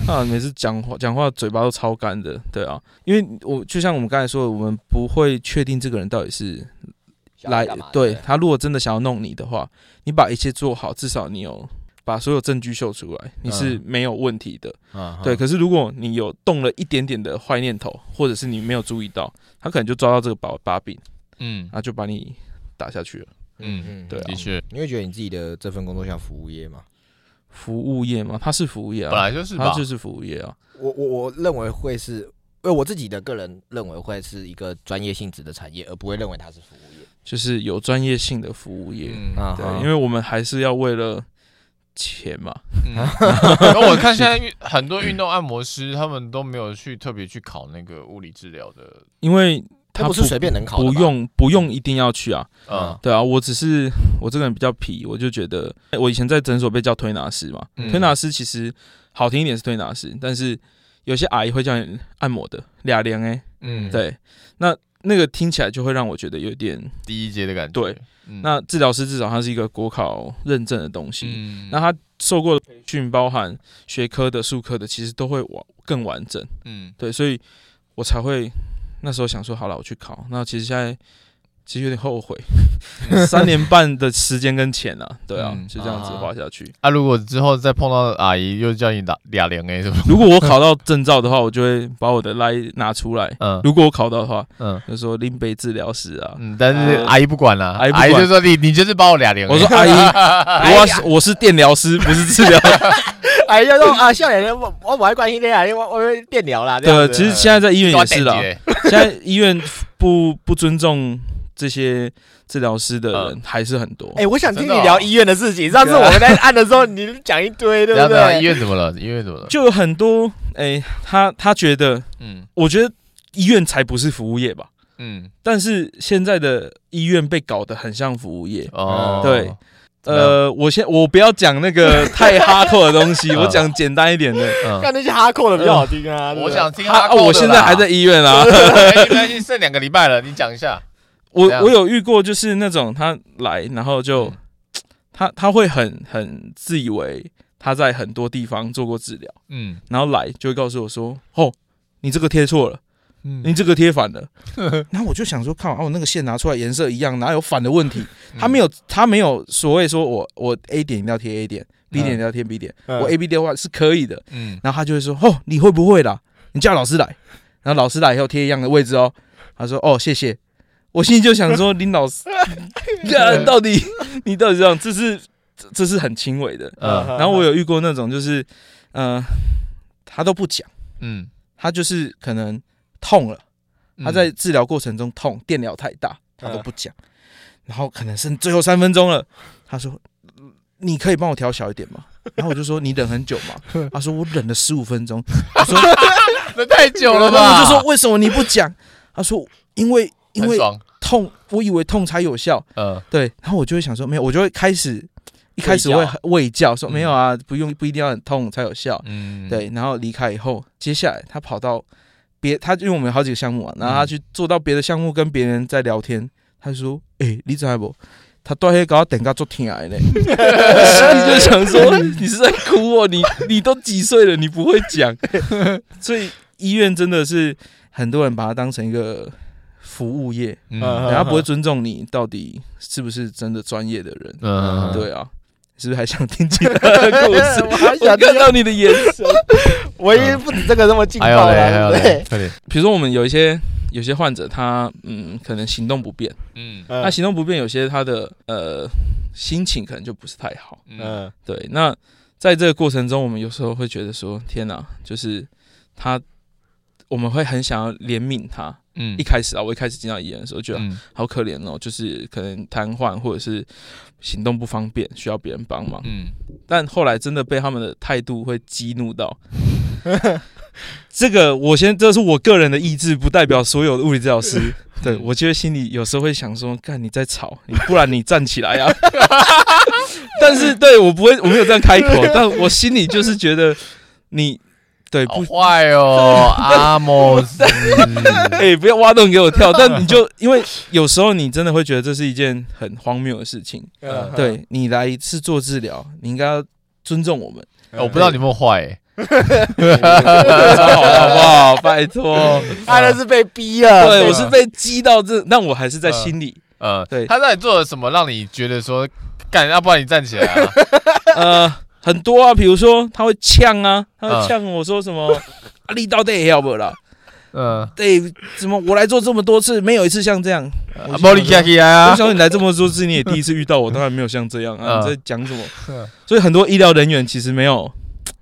Speaker 3: 啊，每次讲话讲话嘴巴都超干的。对啊，因为我就像我们刚才说的，我们不会确定这个人到底是
Speaker 2: 想要
Speaker 3: 来
Speaker 2: 干嘛
Speaker 3: 对
Speaker 2: 对
Speaker 3: 他，如果真的想要弄你的话，你把一切做好，至少你有把所有证据秀出来，你是没有问题的。
Speaker 2: 嗯
Speaker 3: 对，
Speaker 2: 嗯
Speaker 3: 可是如果你有动了一点点的坏念头，或者是你没有注意到，他可能就抓到这个把把柄，
Speaker 1: 嗯
Speaker 3: 然后就把你打下去了。
Speaker 1: 嗯
Speaker 3: 对啊
Speaker 1: 的确，
Speaker 2: 你会觉得你自己的这份工作像服务业吗？
Speaker 3: 服务业嘛，他是服务业
Speaker 1: 本
Speaker 3: 啊，
Speaker 1: 来就是
Speaker 3: 他
Speaker 1: 吧
Speaker 3: 就，是服务业啊。
Speaker 2: 我我我认为会是，因为我自己的个人认为会是一个专业性质的产业，而不会认为它是服务业。
Speaker 3: 就是有专业性的服务业。
Speaker 1: 嗯
Speaker 2: 啊
Speaker 3: 对
Speaker 2: 哈，
Speaker 3: 因为我们还是要为了钱嘛。
Speaker 1: 嗯，然后我看现在运很多运动按摩师，他们都没有去特别去考那个物理治疗的，
Speaker 3: 因为
Speaker 2: 它
Speaker 3: 他
Speaker 2: 不是随便能考的吧
Speaker 3: 不用不用一定要去啊。
Speaker 1: 嗯
Speaker 3: 对啊，我只是我这个人比较皮，我就觉得我以前在诊所被叫推拿师嘛，
Speaker 1: 嗯
Speaker 3: 推拿师其实好听一点是推拿师，但是有些阿姨会叫你按摩的俩凉哎，
Speaker 1: 嗯，
Speaker 3: 对，那那个听起来就会让我觉得有点。
Speaker 1: 第一阶的感觉，
Speaker 3: 对
Speaker 1: 嗯，
Speaker 3: 那治疗师至少它是一个国考认证的东西，
Speaker 1: 嗯，
Speaker 3: 那他受过的培训，包含学科的、术科的，其实都会完更完整。
Speaker 1: 嗯
Speaker 3: 对，所以我才会那时候想说，好了，我去考。那其实现在其实有点后悔，三年半的时间跟钱啊，对啊，
Speaker 1: 嗯
Speaker 3: 就这样子花下去。
Speaker 1: 啊，如果之后再碰到阿姨又叫你打俩零 A 是吧？
Speaker 3: 如果我考到证照的话，我就会把我的来拿出来。
Speaker 1: 嗯
Speaker 3: 如果我考到的话，
Speaker 1: 嗯
Speaker 3: 就说林北治疗师啊。
Speaker 1: 嗯，但是
Speaker 3: 啊
Speaker 1: 阿姨不管啦，
Speaker 3: 阿姨不
Speaker 1: 阿姨
Speaker 3: 管
Speaker 1: 就说你你就是把我俩零哎 A，
Speaker 3: 我说 阿姨，
Speaker 1: 哎
Speaker 3: 我要我是电疗师，不是治疗。
Speaker 2: 哎呀，说啊，笑脸人，我我我还关心这啊，因为我我电疗啦。
Speaker 1: 啊
Speaker 3: 对，其实现在在医院也是
Speaker 1: 的
Speaker 3: 啦，，现在医院 不不尊重这些治疗师的
Speaker 1: 嗯
Speaker 3: 人还是很多。
Speaker 2: 哎、我想听你
Speaker 1: 真的哦
Speaker 2: 聊医院的事情。上
Speaker 3: 啊
Speaker 2: 次我们在按的时候，你讲一堆，对
Speaker 1: 等一下
Speaker 2: 不
Speaker 1: 等一下医
Speaker 2: 对？
Speaker 1: 院怎么了？医院怎么了？
Speaker 3: 就有很多哎、他他觉得，
Speaker 1: 嗯
Speaker 3: 我觉得医院才不是服务业吧？
Speaker 1: 嗯
Speaker 3: 但是现在的医院被搞得很像服务业。
Speaker 1: 哦，
Speaker 3: 对
Speaker 1: 怎么样，
Speaker 3: 呃，我先我不要讲那个太哈扣的东 西，
Speaker 1: 嗯
Speaker 3: 我讲简单一点的。
Speaker 1: 嗯，
Speaker 2: 看那些哈扣的比较好听啊。对不
Speaker 1: 我
Speaker 2: 对
Speaker 1: 想听
Speaker 3: 啊，
Speaker 1: 他
Speaker 3: 啊我现在还在医院 啊。
Speaker 1: 哎没关系，剩两个礼拜了，你讲一下。
Speaker 3: 我
Speaker 1: 这样
Speaker 3: 我有遇过，就是那种他来，然后就、
Speaker 1: 嗯
Speaker 3: 他他会很很自以为他在很多地方做过治疗。
Speaker 1: 嗯
Speaker 3: 然后来就会告诉我说：“哦，你这个贴错了，
Speaker 1: 嗯
Speaker 3: 你这个贴 反了。然后我就想说，靠，哦，那个线拿出来颜色一样，哪有反的问题？
Speaker 1: 嗯
Speaker 3: 他没有，他没有所谓说我我 A 点一定要贴 A 点，B 点一定要贴 B 点，
Speaker 2: 嗯
Speaker 3: 我 A B 的话是可以的。
Speaker 1: 嗯，
Speaker 3: 然后他就会说，哦，你会不会啦？你叫老师来。然后老师来以后贴一样的位置哦。他说，哦，谢谢。我心里就想说，林老师，啊到底你到底这样，这是这这是很轻微的。
Speaker 1: 呃，
Speaker 3: 嗯然后我有遇过那种，就是，呃，他都不讲，
Speaker 1: 嗯，
Speaker 3: 他就是可能痛了。
Speaker 1: 嗯
Speaker 3: 他在治疗过程中痛，电疗太大，他都不讲。然后可能剩最后三分钟了，他说：“你可以帮我调小一点吗？” 然后我就说：“你忍很久嘛。” 他说：“我忍了十五分钟。
Speaker 1: 那太久”了
Speaker 3: 然
Speaker 1: 吧？
Speaker 3: 后我就说：“为什么你不讲？”他说：“因为因
Speaker 1: 很
Speaker 3: 为
Speaker 1: 爽，
Speaker 3: 痛，我以为痛才有效。
Speaker 1: 呃，”
Speaker 3: 对，然后我就会想说：“没有，我就会开始一开始会
Speaker 2: 喂教
Speaker 3: 喂教说
Speaker 1: 嗯
Speaker 3: 没有啊，不用不一定要很痛才有效。”
Speaker 1: 嗯，
Speaker 3: 对，然后离开以后，接下来他跑到别，他因为我们有好几个项目啊，然后他去做到别的项目跟别人在聊天，他就说：“哎、你知道不？他断黑搞等到做天 癌呢。”心里就想说：“你是在哭哦，你你都几岁了，你不会 讲。”所以医院真的是很多人把它当成一个服务业，
Speaker 1: 嗯，
Speaker 2: 呃？
Speaker 1: 嗯
Speaker 3: 然后不会尊重你到底是不是真的专业的人。
Speaker 1: 嗯，
Speaker 3: 对啊，是不是还想听其他的故事
Speaker 2: 我还
Speaker 3: 我
Speaker 2: 想
Speaker 3: 看到你的眼神。
Speaker 2: 我已经不止这个那么劲爆
Speaker 1: 还有嘞，还
Speaker 2: 了，
Speaker 1: 有
Speaker 2: 对不
Speaker 1: 嘞
Speaker 2: 对，？
Speaker 1: 快点，
Speaker 3: 比如说我们有一些有些患者他嗯可能行动不便，
Speaker 1: 嗯
Speaker 2: 嗯
Speaker 3: 那行动不便有些他的呃心情可能就不是太好，
Speaker 1: 嗯
Speaker 2: 嗯
Speaker 3: 对。那在这个过程中，我们有时候会觉得说天哪、就是他我们会很想要怜悯他。
Speaker 1: 嗯
Speaker 3: 一开始啊，我一开始进到医院的时候，觉得
Speaker 1: 嗯
Speaker 3: 好可怜哦，就是可能瘫痪或者是行动不方便，需要别人帮忙。
Speaker 1: 嗯，
Speaker 3: 但后来真的被他们的态度会激怒到。 这个我先，这是我个人的意志，不代表所有的物理治疗师。对我觉得心里有时候会想说，干你在吵，你不然你站起来呀、啊。但是对我不会，我没有这样开口， 但我心里就是觉得你对
Speaker 1: 好
Speaker 3: 不
Speaker 1: 坏 哦，阿莫斯，
Speaker 3: 哎、不要挖洞给我跳。但你就因为有时候你真的会觉得这是一件很荒谬的事情。
Speaker 1: 嗯，
Speaker 3: 对你来是做治疗，你应该要尊重哎我们。
Speaker 1: 哎我不知道你有没有坏，欸
Speaker 3: 超好的，
Speaker 1: 嗯
Speaker 3: 好不好？拜托。
Speaker 2: 他那是被逼了，
Speaker 3: 对，我是被激到这，但我还是在心里。
Speaker 1: 呃，
Speaker 3: 对
Speaker 1: 他到底做了什么让你觉得说，干，要不然你站起来啊？
Speaker 3: 呃，很多啊，比如说他会呛啊，他
Speaker 1: 嗯
Speaker 3: 会呛我说什么啊力道对 help 啦，
Speaker 1: 嗯，
Speaker 3: 对，怎么我来做这么多次，没有一次像这样。我
Speaker 1: 莫里加起来啊
Speaker 3: 我，想你来这么多次，你也第一次遇到我，当然没有像这样
Speaker 1: 嗯
Speaker 3: 啊，你在讲什么
Speaker 1: 嗯？
Speaker 3: 所以很多医疗人员其实没有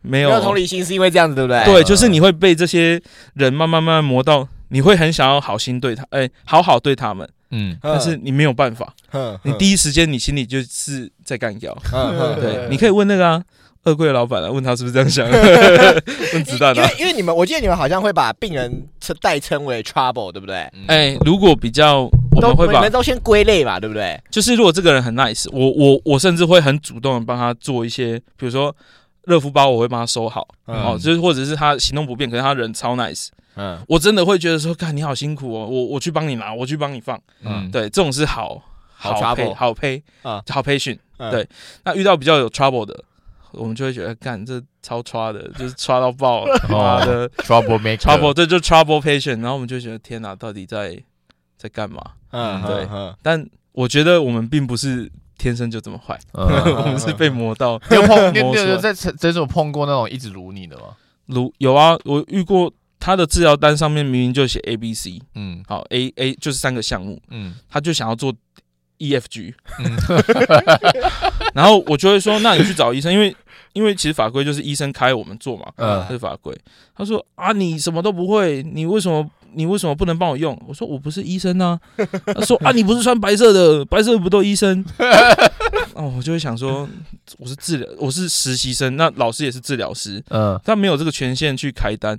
Speaker 3: 没
Speaker 2: 没
Speaker 3: 有
Speaker 2: 有同理心是因为这样子，对不对？
Speaker 3: 对，就是你会被这些人慢慢慢慢磨到，你会很想要好心对他，哎，好好对他们，
Speaker 1: 嗯
Speaker 3: 但是你没有办法。
Speaker 2: 嗯，
Speaker 3: 你第一时间你心里就是在干掉。
Speaker 1: 嗯
Speaker 3: 对，你可以问那个啊，二柜的老板啊，问他是不是这样 想，问子弹
Speaker 2: 因
Speaker 3: 啊
Speaker 2: 为。因为你们，我记得你们好像会把病人称代称为 trouble，对不对？
Speaker 1: 嗯
Speaker 3: 哎、如果比较，我
Speaker 2: 都
Speaker 3: 们会
Speaker 2: 你
Speaker 3: 把
Speaker 2: 们，都先归类嘛，对不对？
Speaker 3: 就是如果这个人很 nice，我我我甚至会很主动的帮他做一些，比如说热敷包，我会帮他收好，
Speaker 1: 嗯
Speaker 3: 哦，就是或者是他行动不便，可是他人超 nice，
Speaker 2: 嗯
Speaker 3: 我真的会觉得说，看你好辛苦哦，我我去帮你拿，我去帮你放，
Speaker 1: 嗯，
Speaker 3: 对，这种是好
Speaker 2: 好
Speaker 3: 配
Speaker 2: trouble
Speaker 3: 好配
Speaker 2: 啊
Speaker 3: 好 patient，
Speaker 2: 嗯
Speaker 3: 对那遇到比较有 trouble 的，我们就会觉得，干这超 t 的，就是 t 到爆，妈的
Speaker 1: trouble maker
Speaker 3: trouble，这就是 trouble patient。然后我们就觉得，天哪，到底在在干嘛？
Speaker 2: 嗯，
Speaker 3: 对
Speaker 2: 嗯
Speaker 3: 但我觉得我们并不是天生就这么坏，
Speaker 1: 嗯
Speaker 3: 我们是被磨到
Speaker 1: 你有 碰，你有
Speaker 3: 摸
Speaker 1: 你
Speaker 3: 出来
Speaker 1: 有在诊诊所碰过那种一直撸你的吗？
Speaker 3: 如有啊，我遇过他的治疗单上面明明就写 A B C，
Speaker 1: 嗯
Speaker 3: 好 A A 就是三个项目，
Speaker 1: 嗯
Speaker 3: 他就想要做 E F G，、然后我就会说，那你去找医生，因为因为其实法规就是医生开我们做嘛，
Speaker 1: 嗯
Speaker 3: 这是法规。他说啊，你什么都不会，你为什么你为什么不能帮我用？我说我不是医生啊。他说啊，你不是穿白色的，白色的不都医生？哦，我就会想说，我是治疗，我是实习生，那老师也是治疗师，
Speaker 1: 嗯
Speaker 3: 他没有这个权限去开单，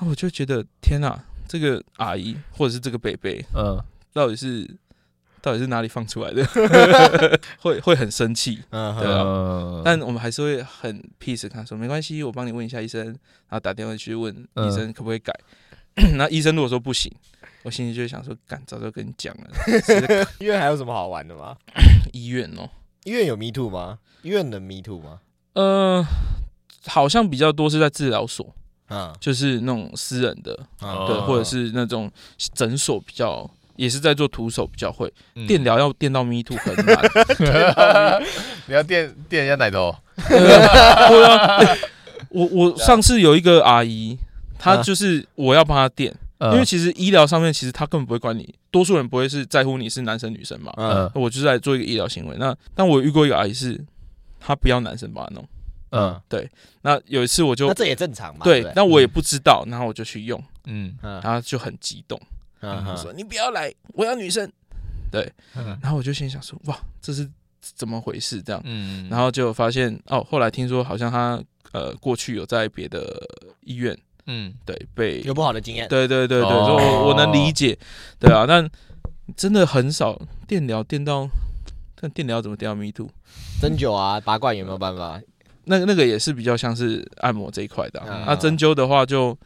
Speaker 3: 那我就觉得天哪、这个阿姨或者是这个北北
Speaker 1: 嗯
Speaker 3: 到底是到底是哪里放出来 的，会会很生气。
Speaker 2: 嗯
Speaker 3: 对啊
Speaker 1: 嗯
Speaker 3: 但我们还是会很 peace 地跟他说，没关系，我帮你问一下医生，然后打电话去问
Speaker 1: 嗯
Speaker 3: 医生可不可以改。 那医生如果说不行，我心里就会想说，干，早就跟你 讲了，谁在
Speaker 2: 医院还有什么好玩的吗？
Speaker 3: 医院哦，
Speaker 2: 医院有 me too 吗？医院能 me too 吗？
Speaker 3: 呃，好像比较多是在治疗所，
Speaker 2: 嗯
Speaker 3: 就是那种私人的，
Speaker 1: 哦
Speaker 3: 对，或者是那种诊所比较，也是在做徒手比较会。
Speaker 1: 嗯
Speaker 3: 电疗要电到 me too 很难，
Speaker 1: 你要电电人家奶头，
Speaker 3: 对啊欸我我上次有一个阿姨，她就是我要帮她电，
Speaker 1: 嗯
Speaker 3: 因为其实医疗上面其实她根本不会管你，多数人不会是在乎你是男生女生嘛。
Speaker 1: 嗯
Speaker 2: 嗯
Speaker 3: 我就是来做一个医疗行为。那但我遇过一个阿姨是，她不要男生帮她弄。
Speaker 1: 嗯
Speaker 3: 那有一次我就
Speaker 2: 那这也正常嘛，对不
Speaker 3: 对
Speaker 2: 对，，
Speaker 3: 那我也不知道，然后我就去用，
Speaker 1: 嗯
Speaker 2: 嗯
Speaker 3: 然后就很激动，
Speaker 2: 嗯
Speaker 3: 她
Speaker 2: 嗯
Speaker 3: 说你不要来，我要女生。
Speaker 1: 嗯
Speaker 3: 然后我就心想说，哇，这是怎么回事？这样。
Speaker 1: 嗯
Speaker 3: 然后就发现哦，后来听说好像她呃过去有在别的医院
Speaker 1: 嗯
Speaker 3: 对被
Speaker 2: 有不好的经验，
Speaker 3: 对对对对，
Speaker 1: 哦
Speaker 3: 所以我我能理解，对啊，但真的很少电疗电到，但电疗怎么电到 me too？
Speaker 2: 针灸啊，拔罐有没有办法？
Speaker 3: 那那个也是比较像是按摩这一块的、啊
Speaker 2: 嗯，
Speaker 3: 那针灸的话就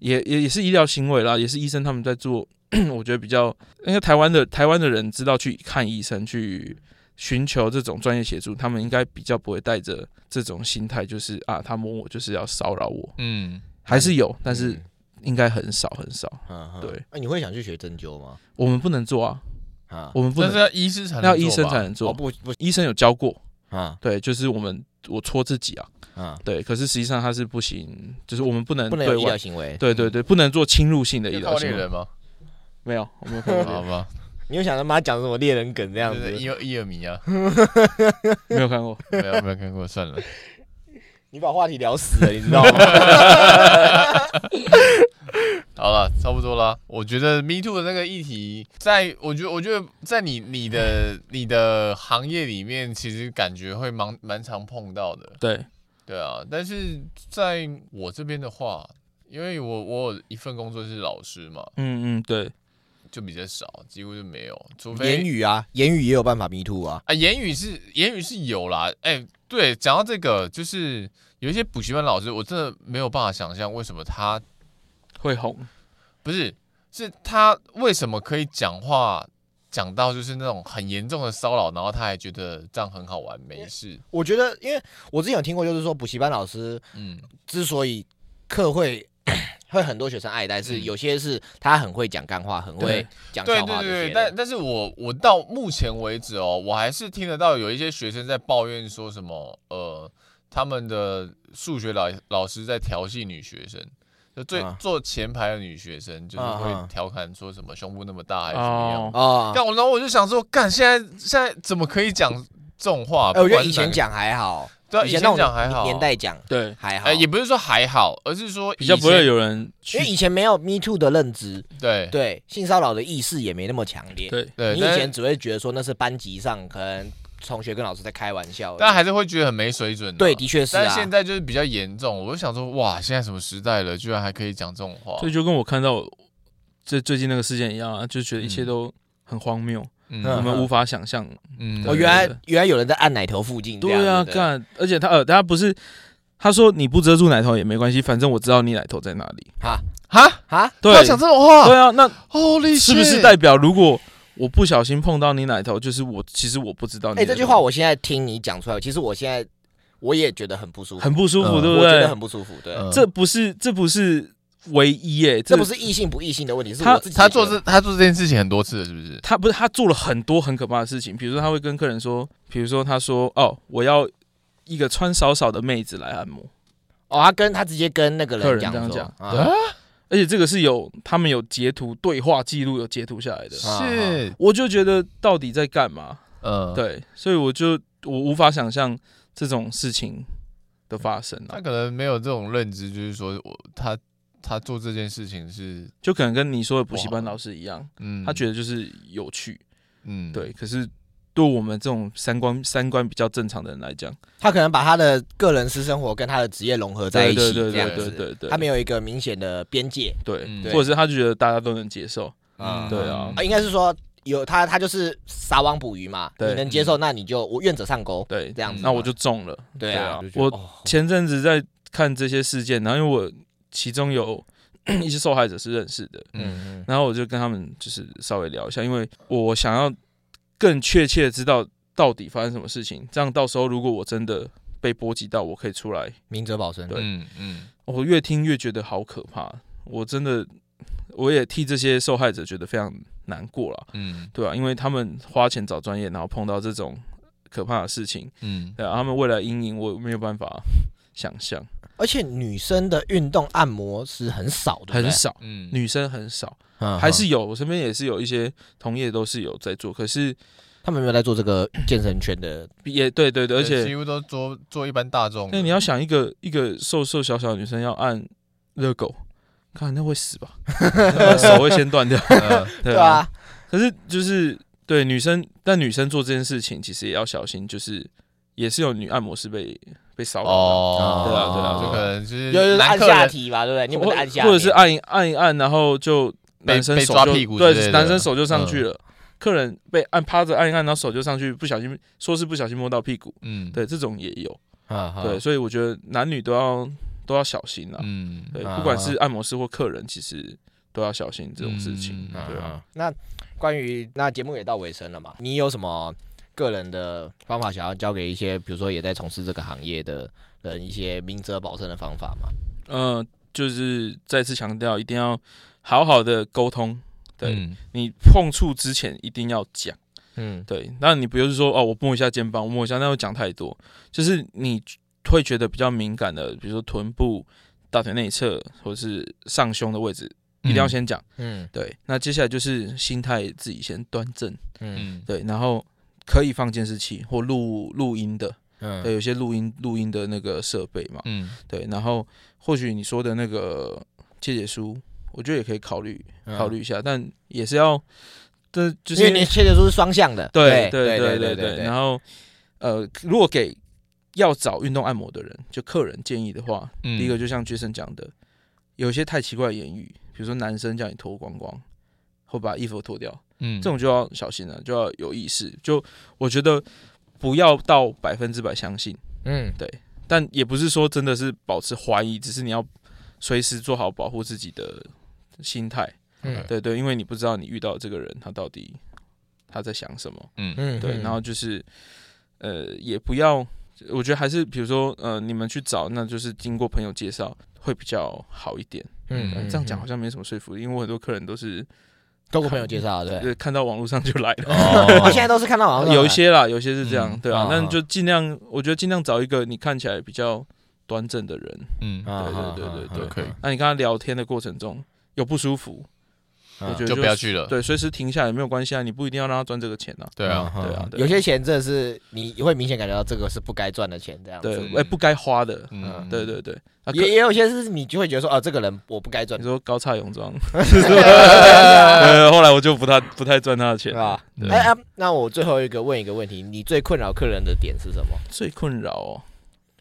Speaker 3: 也也也是医疗行为啦，也是医生他们在做， 我觉得比较，因为台湾的台湾的人知道去看医生去。寻求这种专业协助，他们应该比较不会带着这种心态，就是啊，他摸我就是要骚扰我，
Speaker 1: 嗯，
Speaker 3: 还是有，但是
Speaker 2: 嗯
Speaker 3: 应该很少很少。
Speaker 2: 嗯嗯
Speaker 3: 对
Speaker 2: 那你会想去学针灸吗？
Speaker 3: 我们不能做啊，
Speaker 2: 啊，
Speaker 3: 我们不
Speaker 1: 但
Speaker 3: 能
Speaker 1: 是要医师才能
Speaker 3: 那要医生
Speaker 1: 做
Speaker 3: 才
Speaker 1: 吧
Speaker 3: 能
Speaker 2: 哦
Speaker 3: 做，
Speaker 2: 不不
Speaker 3: 医生有教过，
Speaker 2: 啊
Speaker 3: 对，就是我们我戳自己啊，
Speaker 1: 嗯
Speaker 2: 啊，
Speaker 3: 对，可是实际上它是不行，就是我们不能
Speaker 2: 不能
Speaker 3: 对
Speaker 2: 有医疗
Speaker 3: 外，
Speaker 2: 行为。
Speaker 3: 对对对，不能做侵入性的医
Speaker 1: 就
Speaker 3: 疗
Speaker 1: 靠
Speaker 3: 行
Speaker 1: 猎
Speaker 3: 为
Speaker 1: 人，吗？
Speaker 3: 没有，我没 有看
Speaker 1: 好
Speaker 2: 哦
Speaker 3: 过，
Speaker 1: 吧，
Speaker 2: 你又想他妈讲什么猎人梗这样
Speaker 1: 就
Speaker 2: 子
Speaker 1: 是？伊尔伊尔米啊，
Speaker 3: 没有看过，
Speaker 1: 没有没有看过，算了。
Speaker 2: 你把话题聊死了，你知 道吗？
Speaker 1: 好了，差不多了。我觉得 Me Too 的那个议题，在我觉得，我觉得在你你的你的行业里面，其实感觉会蛮蛮常碰到的。
Speaker 3: 对，
Speaker 1: 对啊，但是在我这边的话，因为我我有一份工作是老师嘛，
Speaker 3: 嗯嗯对，
Speaker 1: 就比较少，几乎就没有，除
Speaker 2: 言
Speaker 1: 非
Speaker 2: 语啊，言语也有办法 me too 啊。
Speaker 1: 啊，言语是言语是有啦。哎、对，讲到这个，就是有一些补习班老师，我真的没有办法想象为什么他
Speaker 3: 会红，
Speaker 1: 不是，是他为什么可以讲话讲到就是那种很严重的骚扰，然后他还觉得这样很好玩，没事。
Speaker 2: 我觉得，因为我之前有听过，就是说补习班老师
Speaker 1: 嗯
Speaker 2: 之所以 课会会很多学生爱戴，是
Speaker 1: 嗯
Speaker 2: 有些是他很会讲干话，很会
Speaker 3: 对
Speaker 2: 讲
Speaker 1: 对
Speaker 2: 笑
Speaker 1: 对
Speaker 2: 话这
Speaker 1: 对
Speaker 2: 些
Speaker 1: 对，
Speaker 2: 的
Speaker 1: 但。但是我我到目前为止哦，我还是听得到有一些学生在抱怨说什么呃，他们的数学老老师在调戏女学生。就最、
Speaker 2: 啊
Speaker 1: 坐前排的女学生，就是
Speaker 2: 啊啊
Speaker 1: 会调侃说什么胸部那么大还是怎么样
Speaker 3: 哦。
Speaker 2: 哦，
Speaker 1: 但我然后我就想说，干，现在现在怎么可以讲这种话？
Speaker 2: 哎，我
Speaker 1: 不
Speaker 2: 觉得
Speaker 1: 管是
Speaker 2: 以前
Speaker 1: 哪个，
Speaker 2: 讲还好，
Speaker 1: 对啊，以
Speaker 2: 以
Speaker 1: 前
Speaker 2: 那种
Speaker 1: 讲还好，
Speaker 2: 年代讲
Speaker 3: 对，
Speaker 2: 还好
Speaker 1: 哎，，也不是说还好，而是说
Speaker 3: 比较
Speaker 1: 以
Speaker 3: 不会
Speaker 1: 前
Speaker 3: 有人去
Speaker 2: 因为，以前没有 me too 的认知，
Speaker 1: 对
Speaker 2: 对性骚扰的意识也没那么强烈。
Speaker 3: 对，
Speaker 1: 对，
Speaker 2: 你以
Speaker 1: 但
Speaker 2: 前只会觉得说那是班级上可能同学跟老师在开玩笑而已，
Speaker 1: 但还是会觉得很没水准啊。
Speaker 2: 对，的确是
Speaker 1: 但
Speaker 2: 啊
Speaker 1: 是。现在就是比较严重，我就想说，哇，现在什么时代了，居然还可以讲这种话
Speaker 3: 所？以就跟我看到这最近那个事件一样啊，就觉得一切都很荒谬，我
Speaker 2: 嗯
Speaker 3: 们无法想象，
Speaker 1: 嗯
Speaker 2: 哦，
Speaker 3: 对
Speaker 2: 原
Speaker 3: 对
Speaker 2: 来原来有人在按奶头附近这样子
Speaker 3: 对啊，
Speaker 2: 的，
Speaker 3: 干，而且他呃，他不是。他说：“你不遮住奶头也没关系，反正我知道你奶头在哪里。
Speaker 2: 哈
Speaker 1: 哈，
Speaker 2: 哈，
Speaker 3: 对
Speaker 1: 他讲这种”话
Speaker 3: 对啊，那
Speaker 1: ，Holy
Speaker 3: 是不是代表如果我不小心碰到你奶头，就是我其实我不知道你
Speaker 2: 哎、
Speaker 3: 的？
Speaker 2: 这句话我现在听你讲出来，其实我现在我也觉得很不舒服，
Speaker 3: 很不舒服，
Speaker 1: 嗯
Speaker 3: 对呃不
Speaker 2: 我觉得
Speaker 3: 对？
Speaker 2: 很不舒服。对，
Speaker 3: 这不是这不是唯一耶，
Speaker 2: 这不是异性不异性的问题，是
Speaker 3: 他
Speaker 2: 我自己
Speaker 1: 他
Speaker 2: 也
Speaker 1: 做
Speaker 2: 觉得
Speaker 1: 这他做这件事情很多次了，是不是？
Speaker 3: 他不是他做了很多很可怕的事情，比如说他会跟客人说，比如说他说哦，我要一个穿少少的妹子来按摩，
Speaker 2: 哦，他跟他直接跟那个
Speaker 3: 客
Speaker 2: 人
Speaker 3: 人
Speaker 2: 讲
Speaker 3: 这样
Speaker 2: 说
Speaker 3: 讲
Speaker 2: 啊，
Speaker 3: 而且这个是有他们有截图对话记录有截图下来的，
Speaker 2: 啊
Speaker 1: 是，
Speaker 3: 我就觉得到底在干嘛？
Speaker 1: 嗯，，
Speaker 3: 对，所以我就我无法想象这种事情的发生啊
Speaker 1: 他，可能没有这种认知，就是说我他他做这件事情是，
Speaker 3: 就可能跟你说的补习班老师一样，
Speaker 1: 嗯，
Speaker 3: 他觉
Speaker 1: 得，
Speaker 3: 得就是有趣，
Speaker 1: 嗯，
Speaker 3: 对。可是对我们这种三观三观比较正常的人来讲，
Speaker 2: 他可能把他的个人私生活跟他的职业融合在一
Speaker 3: 对
Speaker 2: 起，
Speaker 3: 对
Speaker 2: 这样
Speaker 3: 对
Speaker 2: 子，
Speaker 3: 对对对，
Speaker 2: 他没有一个明显的边界
Speaker 1: 嗯
Speaker 3: 对，
Speaker 1: 对
Speaker 3: 或者是他就觉得大家都能接受，
Speaker 1: 嗯
Speaker 3: 对啊
Speaker 2: 啊，应该是说有他他就是撒网捕鱼嘛，
Speaker 3: 对
Speaker 2: 你能接受，那你就我愿者上钩，
Speaker 3: 对，
Speaker 2: 这样子嘛，
Speaker 3: 那我就中了。
Speaker 2: 对啊，
Speaker 3: 对啊
Speaker 2: 就觉得
Speaker 3: 我
Speaker 2: 哦
Speaker 3: 前阵子在看这些事件，然后因为我其中有 一些受害者是认识的，
Speaker 2: 嗯嗯
Speaker 3: 然后我就跟他们就是稍微聊一下，因为我想要更确切地知道到底发生什么事情，这样到时候如果我真的被波及到，我可以出来。
Speaker 2: 明哲保身。
Speaker 3: 对
Speaker 1: 嗯嗯，
Speaker 3: 我越听越觉得好可怕，我真的，我也替这些受害者觉得非常难过了，
Speaker 1: 嗯
Speaker 3: 对啊，因为他们花钱找专业，然后碰到这种可怕的事情，
Speaker 1: 嗯，
Speaker 3: 对啊，他们未来阴影我没有办法想象，
Speaker 2: 而且女生的运动按摩是很少的，
Speaker 3: 很少，
Speaker 1: 嗯，
Speaker 3: 女生很少，
Speaker 2: 嗯，
Speaker 3: 还是有，我身边也是有一些同业都是有在做，可是
Speaker 2: 他们有没有在做这 个健身圈的，
Speaker 3: 也对对对，而且
Speaker 1: 几乎都做做一般大众的。
Speaker 3: 那你要想一个一个瘦瘦小小的女生要按热狗，看那会死吧，手会先 断掉。
Speaker 1: 呃
Speaker 3: 对
Speaker 2: 对啊，
Speaker 3: 可是就是对女生，但女生做这件事情其实也要小心，就是也是有女按摩师被被骚扰的，
Speaker 1: 哦，
Speaker 3: 对啊对啊
Speaker 1: 就可能就是
Speaker 2: 有
Speaker 1: 男
Speaker 2: 按
Speaker 1: 客人
Speaker 2: 下体吧，对不对？你们
Speaker 3: 或
Speaker 2: 按下，
Speaker 3: 或者是，按一按一按，然后就
Speaker 1: 被
Speaker 3: 男生
Speaker 1: 被
Speaker 3: 手
Speaker 1: 抓
Speaker 3: 就
Speaker 1: 屁股之类
Speaker 3: 对，
Speaker 1: 的嗯
Speaker 3: 男生手就上去了。客人被按趴着按一按，然后手就上去，不小心说是不小心摸到屁股，
Speaker 1: 嗯，
Speaker 3: 对，这种也有，
Speaker 2: 嗯
Speaker 1: 啊
Speaker 3: 对，，所以我觉得男女都要都要小心啊。
Speaker 1: 嗯，
Speaker 3: 对，
Speaker 2: 啊
Speaker 3: 不管是按摩师或客人，其实都要小心这种事情。
Speaker 1: 嗯
Speaker 3: 对啊，。
Speaker 2: 那关于那节目也到尾声了嘛，你有什么个人的方法想要教给一些，比如说也在从事这个行业的人一些明哲保身的方法吗？
Speaker 3: 嗯、就是再次强调，一定要好好的沟通。对、
Speaker 1: 嗯
Speaker 3: 你碰触之前一定要讲。
Speaker 2: 嗯，
Speaker 3: 对，那你不就是说哦，我摸一下肩膀，我摸一下，那会讲太多，就是你会觉得比较敏感的，比如说臀部、大腿内侧或者是上胸的位置，一定要先讲。
Speaker 2: 嗯
Speaker 3: 对，那接下来就是心态自己先端正。
Speaker 2: 嗯
Speaker 1: 嗯
Speaker 3: 对，然后可以放监视器或录录音的。
Speaker 2: 嗯，
Speaker 3: 对，有些录音录音的那个设备嘛，
Speaker 1: 嗯
Speaker 3: 对，然后或许你说的那个借解书，我觉得也可以考虑
Speaker 2: 嗯
Speaker 3: 考虑一下，但也是要，这就
Speaker 2: 因
Speaker 3: 是
Speaker 2: 为你切的都是双向的，
Speaker 3: 对
Speaker 2: 对对
Speaker 3: 对对，
Speaker 2: 对
Speaker 3: 然，后呃，如果给要找运动按摩的人，就客人建议的话，
Speaker 1: 嗯
Speaker 3: 第一个就像 Jason 讲的，有些太奇怪的言语，比如说男生叫你脱光光，或把衣服脱掉，
Speaker 1: 嗯
Speaker 3: 这种就要小心了，就要有意识，就我觉得不要到百分之百相信。
Speaker 2: 嗯
Speaker 3: 但也不是说真的是保持怀疑，只是你要随时做好保护自己的心态。
Speaker 2: 嗯
Speaker 3: 对对，因为你不知道你遇到这个人他到底他在想什么。
Speaker 1: 嗯
Speaker 2: 嗯，
Speaker 3: 对，然后就是呃，也不要，我觉得还是比如说呃，你们去找，那就是经过朋友介绍会比较好一点。
Speaker 2: 嗯
Speaker 3: 对这样讲好像没什么说服力，因为我很多客人都是
Speaker 2: 透过朋友介绍，对。
Speaker 3: 呃看到网络上就 来了。
Speaker 2: 我
Speaker 1: 哦
Speaker 2: 现在都是看到网上
Speaker 3: 有一些啦，有些是这样，
Speaker 1: 嗯
Speaker 3: 对啊
Speaker 2: 啊，
Speaker 3: 那
Speaker 2: 啊
Speaker 3: 就尽量，我觉得尽量找一个你看起来比较端正的人，
Speaker 1: 嗯
Speaker 2: 啊
Speaker 1: 可以，
Speaker 3: 那你跟他聊天的过程中有不舒服，
Speaker 2: 啊
Speaker 3: 我觉得
Speaker 1: 就不要去了。
Speaker 3: 对，随时停下来没有关系啊，你不一定要让他赚这个钱啊。
Speaker 1: 对啊，
Speaker 2: 有些钱真的是你会明显感觉到这个是不该赚的钱，这样
Speaker 3: 对
Speaker 2: 子。，
Speaker 3: 哎、不该花的，
Speaker 1: 嗯，
Speaker 3: 对对对。啊，可
Speaker 2: 也也有些是你就会觉得说，哦，这个人我不该赚
Speaker 3: 你，说高差泳 装，呃，后来我就不太不太赚他的
Speaker 2: 对
Speaker 3: 钱。
Speaker 2: 吧？
Speaker 1: 对
Speaker 2: 哎啊，那我最后一个问一个问题，你最困扰客人的点是什么？
Speaker 3: 最困扰哦，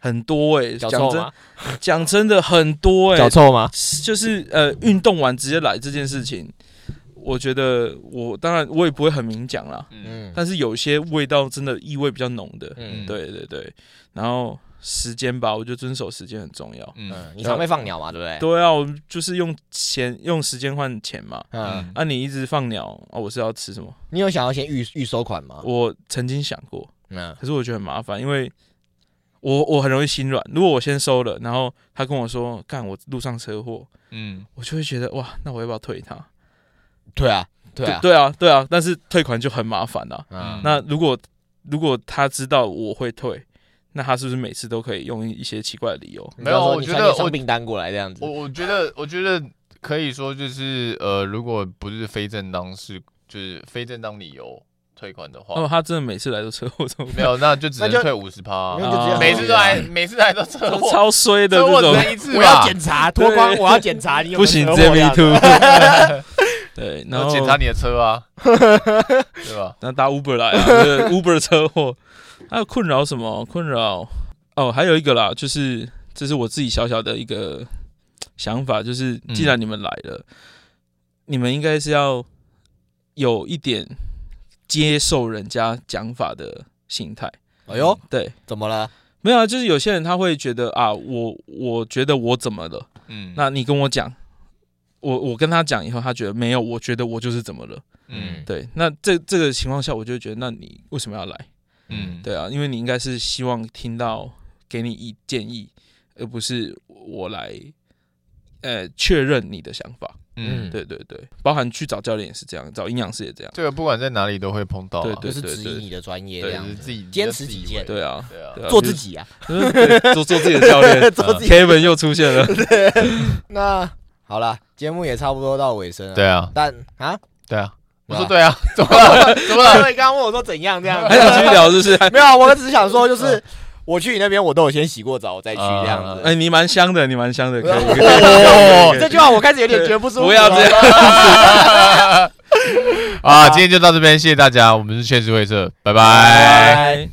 Speaker 3: 很多哎、
Speaker 2: 脚
Speaker 3: 讲
Speaker 2: 臭
Speaker 3: 真
Speaker 2: 吗？
Speaker 3: 讲真的很多哎、
Speaker 2: 臭吗？
Speaker 3: 就是呃，运动完直接来这件事情，我觉得我当然我也不会很明讲啦，
Speaker 1: 嗯
Speaker 3: 但是有些味道真的异味比较浓的，
Speaker 2: 嗯
Speaker 3: 对对对，然后时间吧，我觉得遵守时间很重要。
Speaker 1: 嗯
Speaker 2: 嗯，你常被放鸟嘛，对不对？
Speaker 3: 对啊，我就是用钱用时间换钱嘛。
Speaker 2: 嗯，
Speaker 3: 啊，你一直放鸟啊，我是要吃什么？
Speaker 2: 你有想要先预预收款吗？
Speaker 3: 我曾经想过，
Speaker 2: 嗯
Speaker 3: 可是我觉得很麻烦，因为我我很容易心软。如果我先收了，然后他跟我说干我路上车祸，
Speaker 1: 嗯
Speaker 3: 我就会觉得哇，那我要不要退他？
Speaker 2: 对啊，对啊，
Speaker 3: 对啊，对啊，但是退款就很麻烦啦、
Speaker 2: 嗯
Speaker 3: 那如果如果他知道我会退，那他是不是每次都可以用一些奇怪的理由？
Speaker 1: 没有我觉得我
Speaker 2: 上订单过来这样子
Speaker 1: 我。我觉得，我觉得可以说就是呃，如果不是非正当是就是非正当理由退款的话
Speaker 3: 哦，，他真的每次来都车祸， 怎么
Speaker 1: 没
Speaker 3: 办？
Speaker 1: 有，那就只能退五十趴
Speaker 2: 因为。就直接
Speaker 3: 啊
Speaker 1: 每次都来，每次来都车祸，
Speaker 3: 超衰的
Speaker 1: 车祸
Speaker 3: 这
Speaker 1: 只
Speaker 3: 种，
Speaker 1: 能一次吧。
Speaker 2: 我要检查脱光，
Speaker 3: 啊对
Speaker 2: 我要检查你有没有
Speaker 3: 不行，
Speaker 2: 车
Speaker 3: 直
Speaker 2: 祸这
Speaker 3: 接 me
Speaker 2: 样子
Speaker 3: too。对， 然
Speaker 1: 要
Speaker 3: 后
Speaker 1: 检查你的车 啊，对吧？
Speaker 3: 那搭 Uber 来啊 这个，Uber 车祸，还有困扰什么？困扰哦，还有一个啦，就是这是我自己小小的一个想法，就是
Speaker 1: 嗯
Speaker 3: 既然你们来了，你们应该是要有一点接受人家讲法的心态。
Speaker 2: 哎呦，
Speaker 3: 对，
Speaker 2: 怎么了？
Speaker 3: 没有啊，就是有些人他会觉得啊，我我觉得我怎么了？
Speaker 1: 嗯，
Speaker 3: 那你跟我讲，我我跟他讲以后，他觉得没有，我觉得我就是怎么了？
Speaker 1: 嗯
Speaker 3: 对，那这这个情况下，我就会觉得，那你为什么要来？
Speaker 1: 嗯，
Speaker 3: 对啊，因为你应该是希望听到给你意建议，而不是我来呃确认你的想法。
Speaker 1: 嗯，
Speaker 3: 对对对，包含去找教练也是这样，找营养师也这样。
Speaker 1: 这个不管在哪里都会碰到啊，
Speaker 3: 哦对对
Speaker 2: 就是质疑你的专业这
Speaker 3: 对
Speaker 1: 对，
Speaker 2: 样
Speaker 1: 就
Speaker 2: 子
Speaker 1: 是自己
Speaker 2: 坚持己见
Speaker 3: 对啊，
Speaker 1: 对啊，
Speaker 3: 对啊
Speaker 2: 做自，己啊，
Speaker 3: 就是 对做做自己的教 练。嗯
Speaker 2: 做自己。
Speaker 3: Kevin 又出现了，
Speaker 2: 那好了，节目也差不多到尾声了。
Speaker 1: 对，啊，
Speaker 2: 但 啊，
Speaker 1: 对啊，我说
Speaker 2: 对
Speaker 1: 对 啊，怎么了？怎么
Speaker 2: 因
Speaker 1: 了？
Speaker 2: 为刚刚问我说怎样这样子，
Speaker 3: 还想继续聊是不是？
Speaker 2: 没有，啊我只是想说，就是我去你那边，我都有先洗过澡，我再去这样
Speaker 1: 啊
Speaker 2: 子。
Speaker 3: 哎，你蛮香的，你蛮香的，可以。 可以
Speaker 1: 哦
Speaker 3: 可以可以
Speaker 2: 这句话我开始有点觉得不舒服了。
Speaker 3: 不要这样，
Speaker 1: 啊，今天就到这边，谢谢大家，我们是确实会社，拜拜。
Speaker 3: 拜。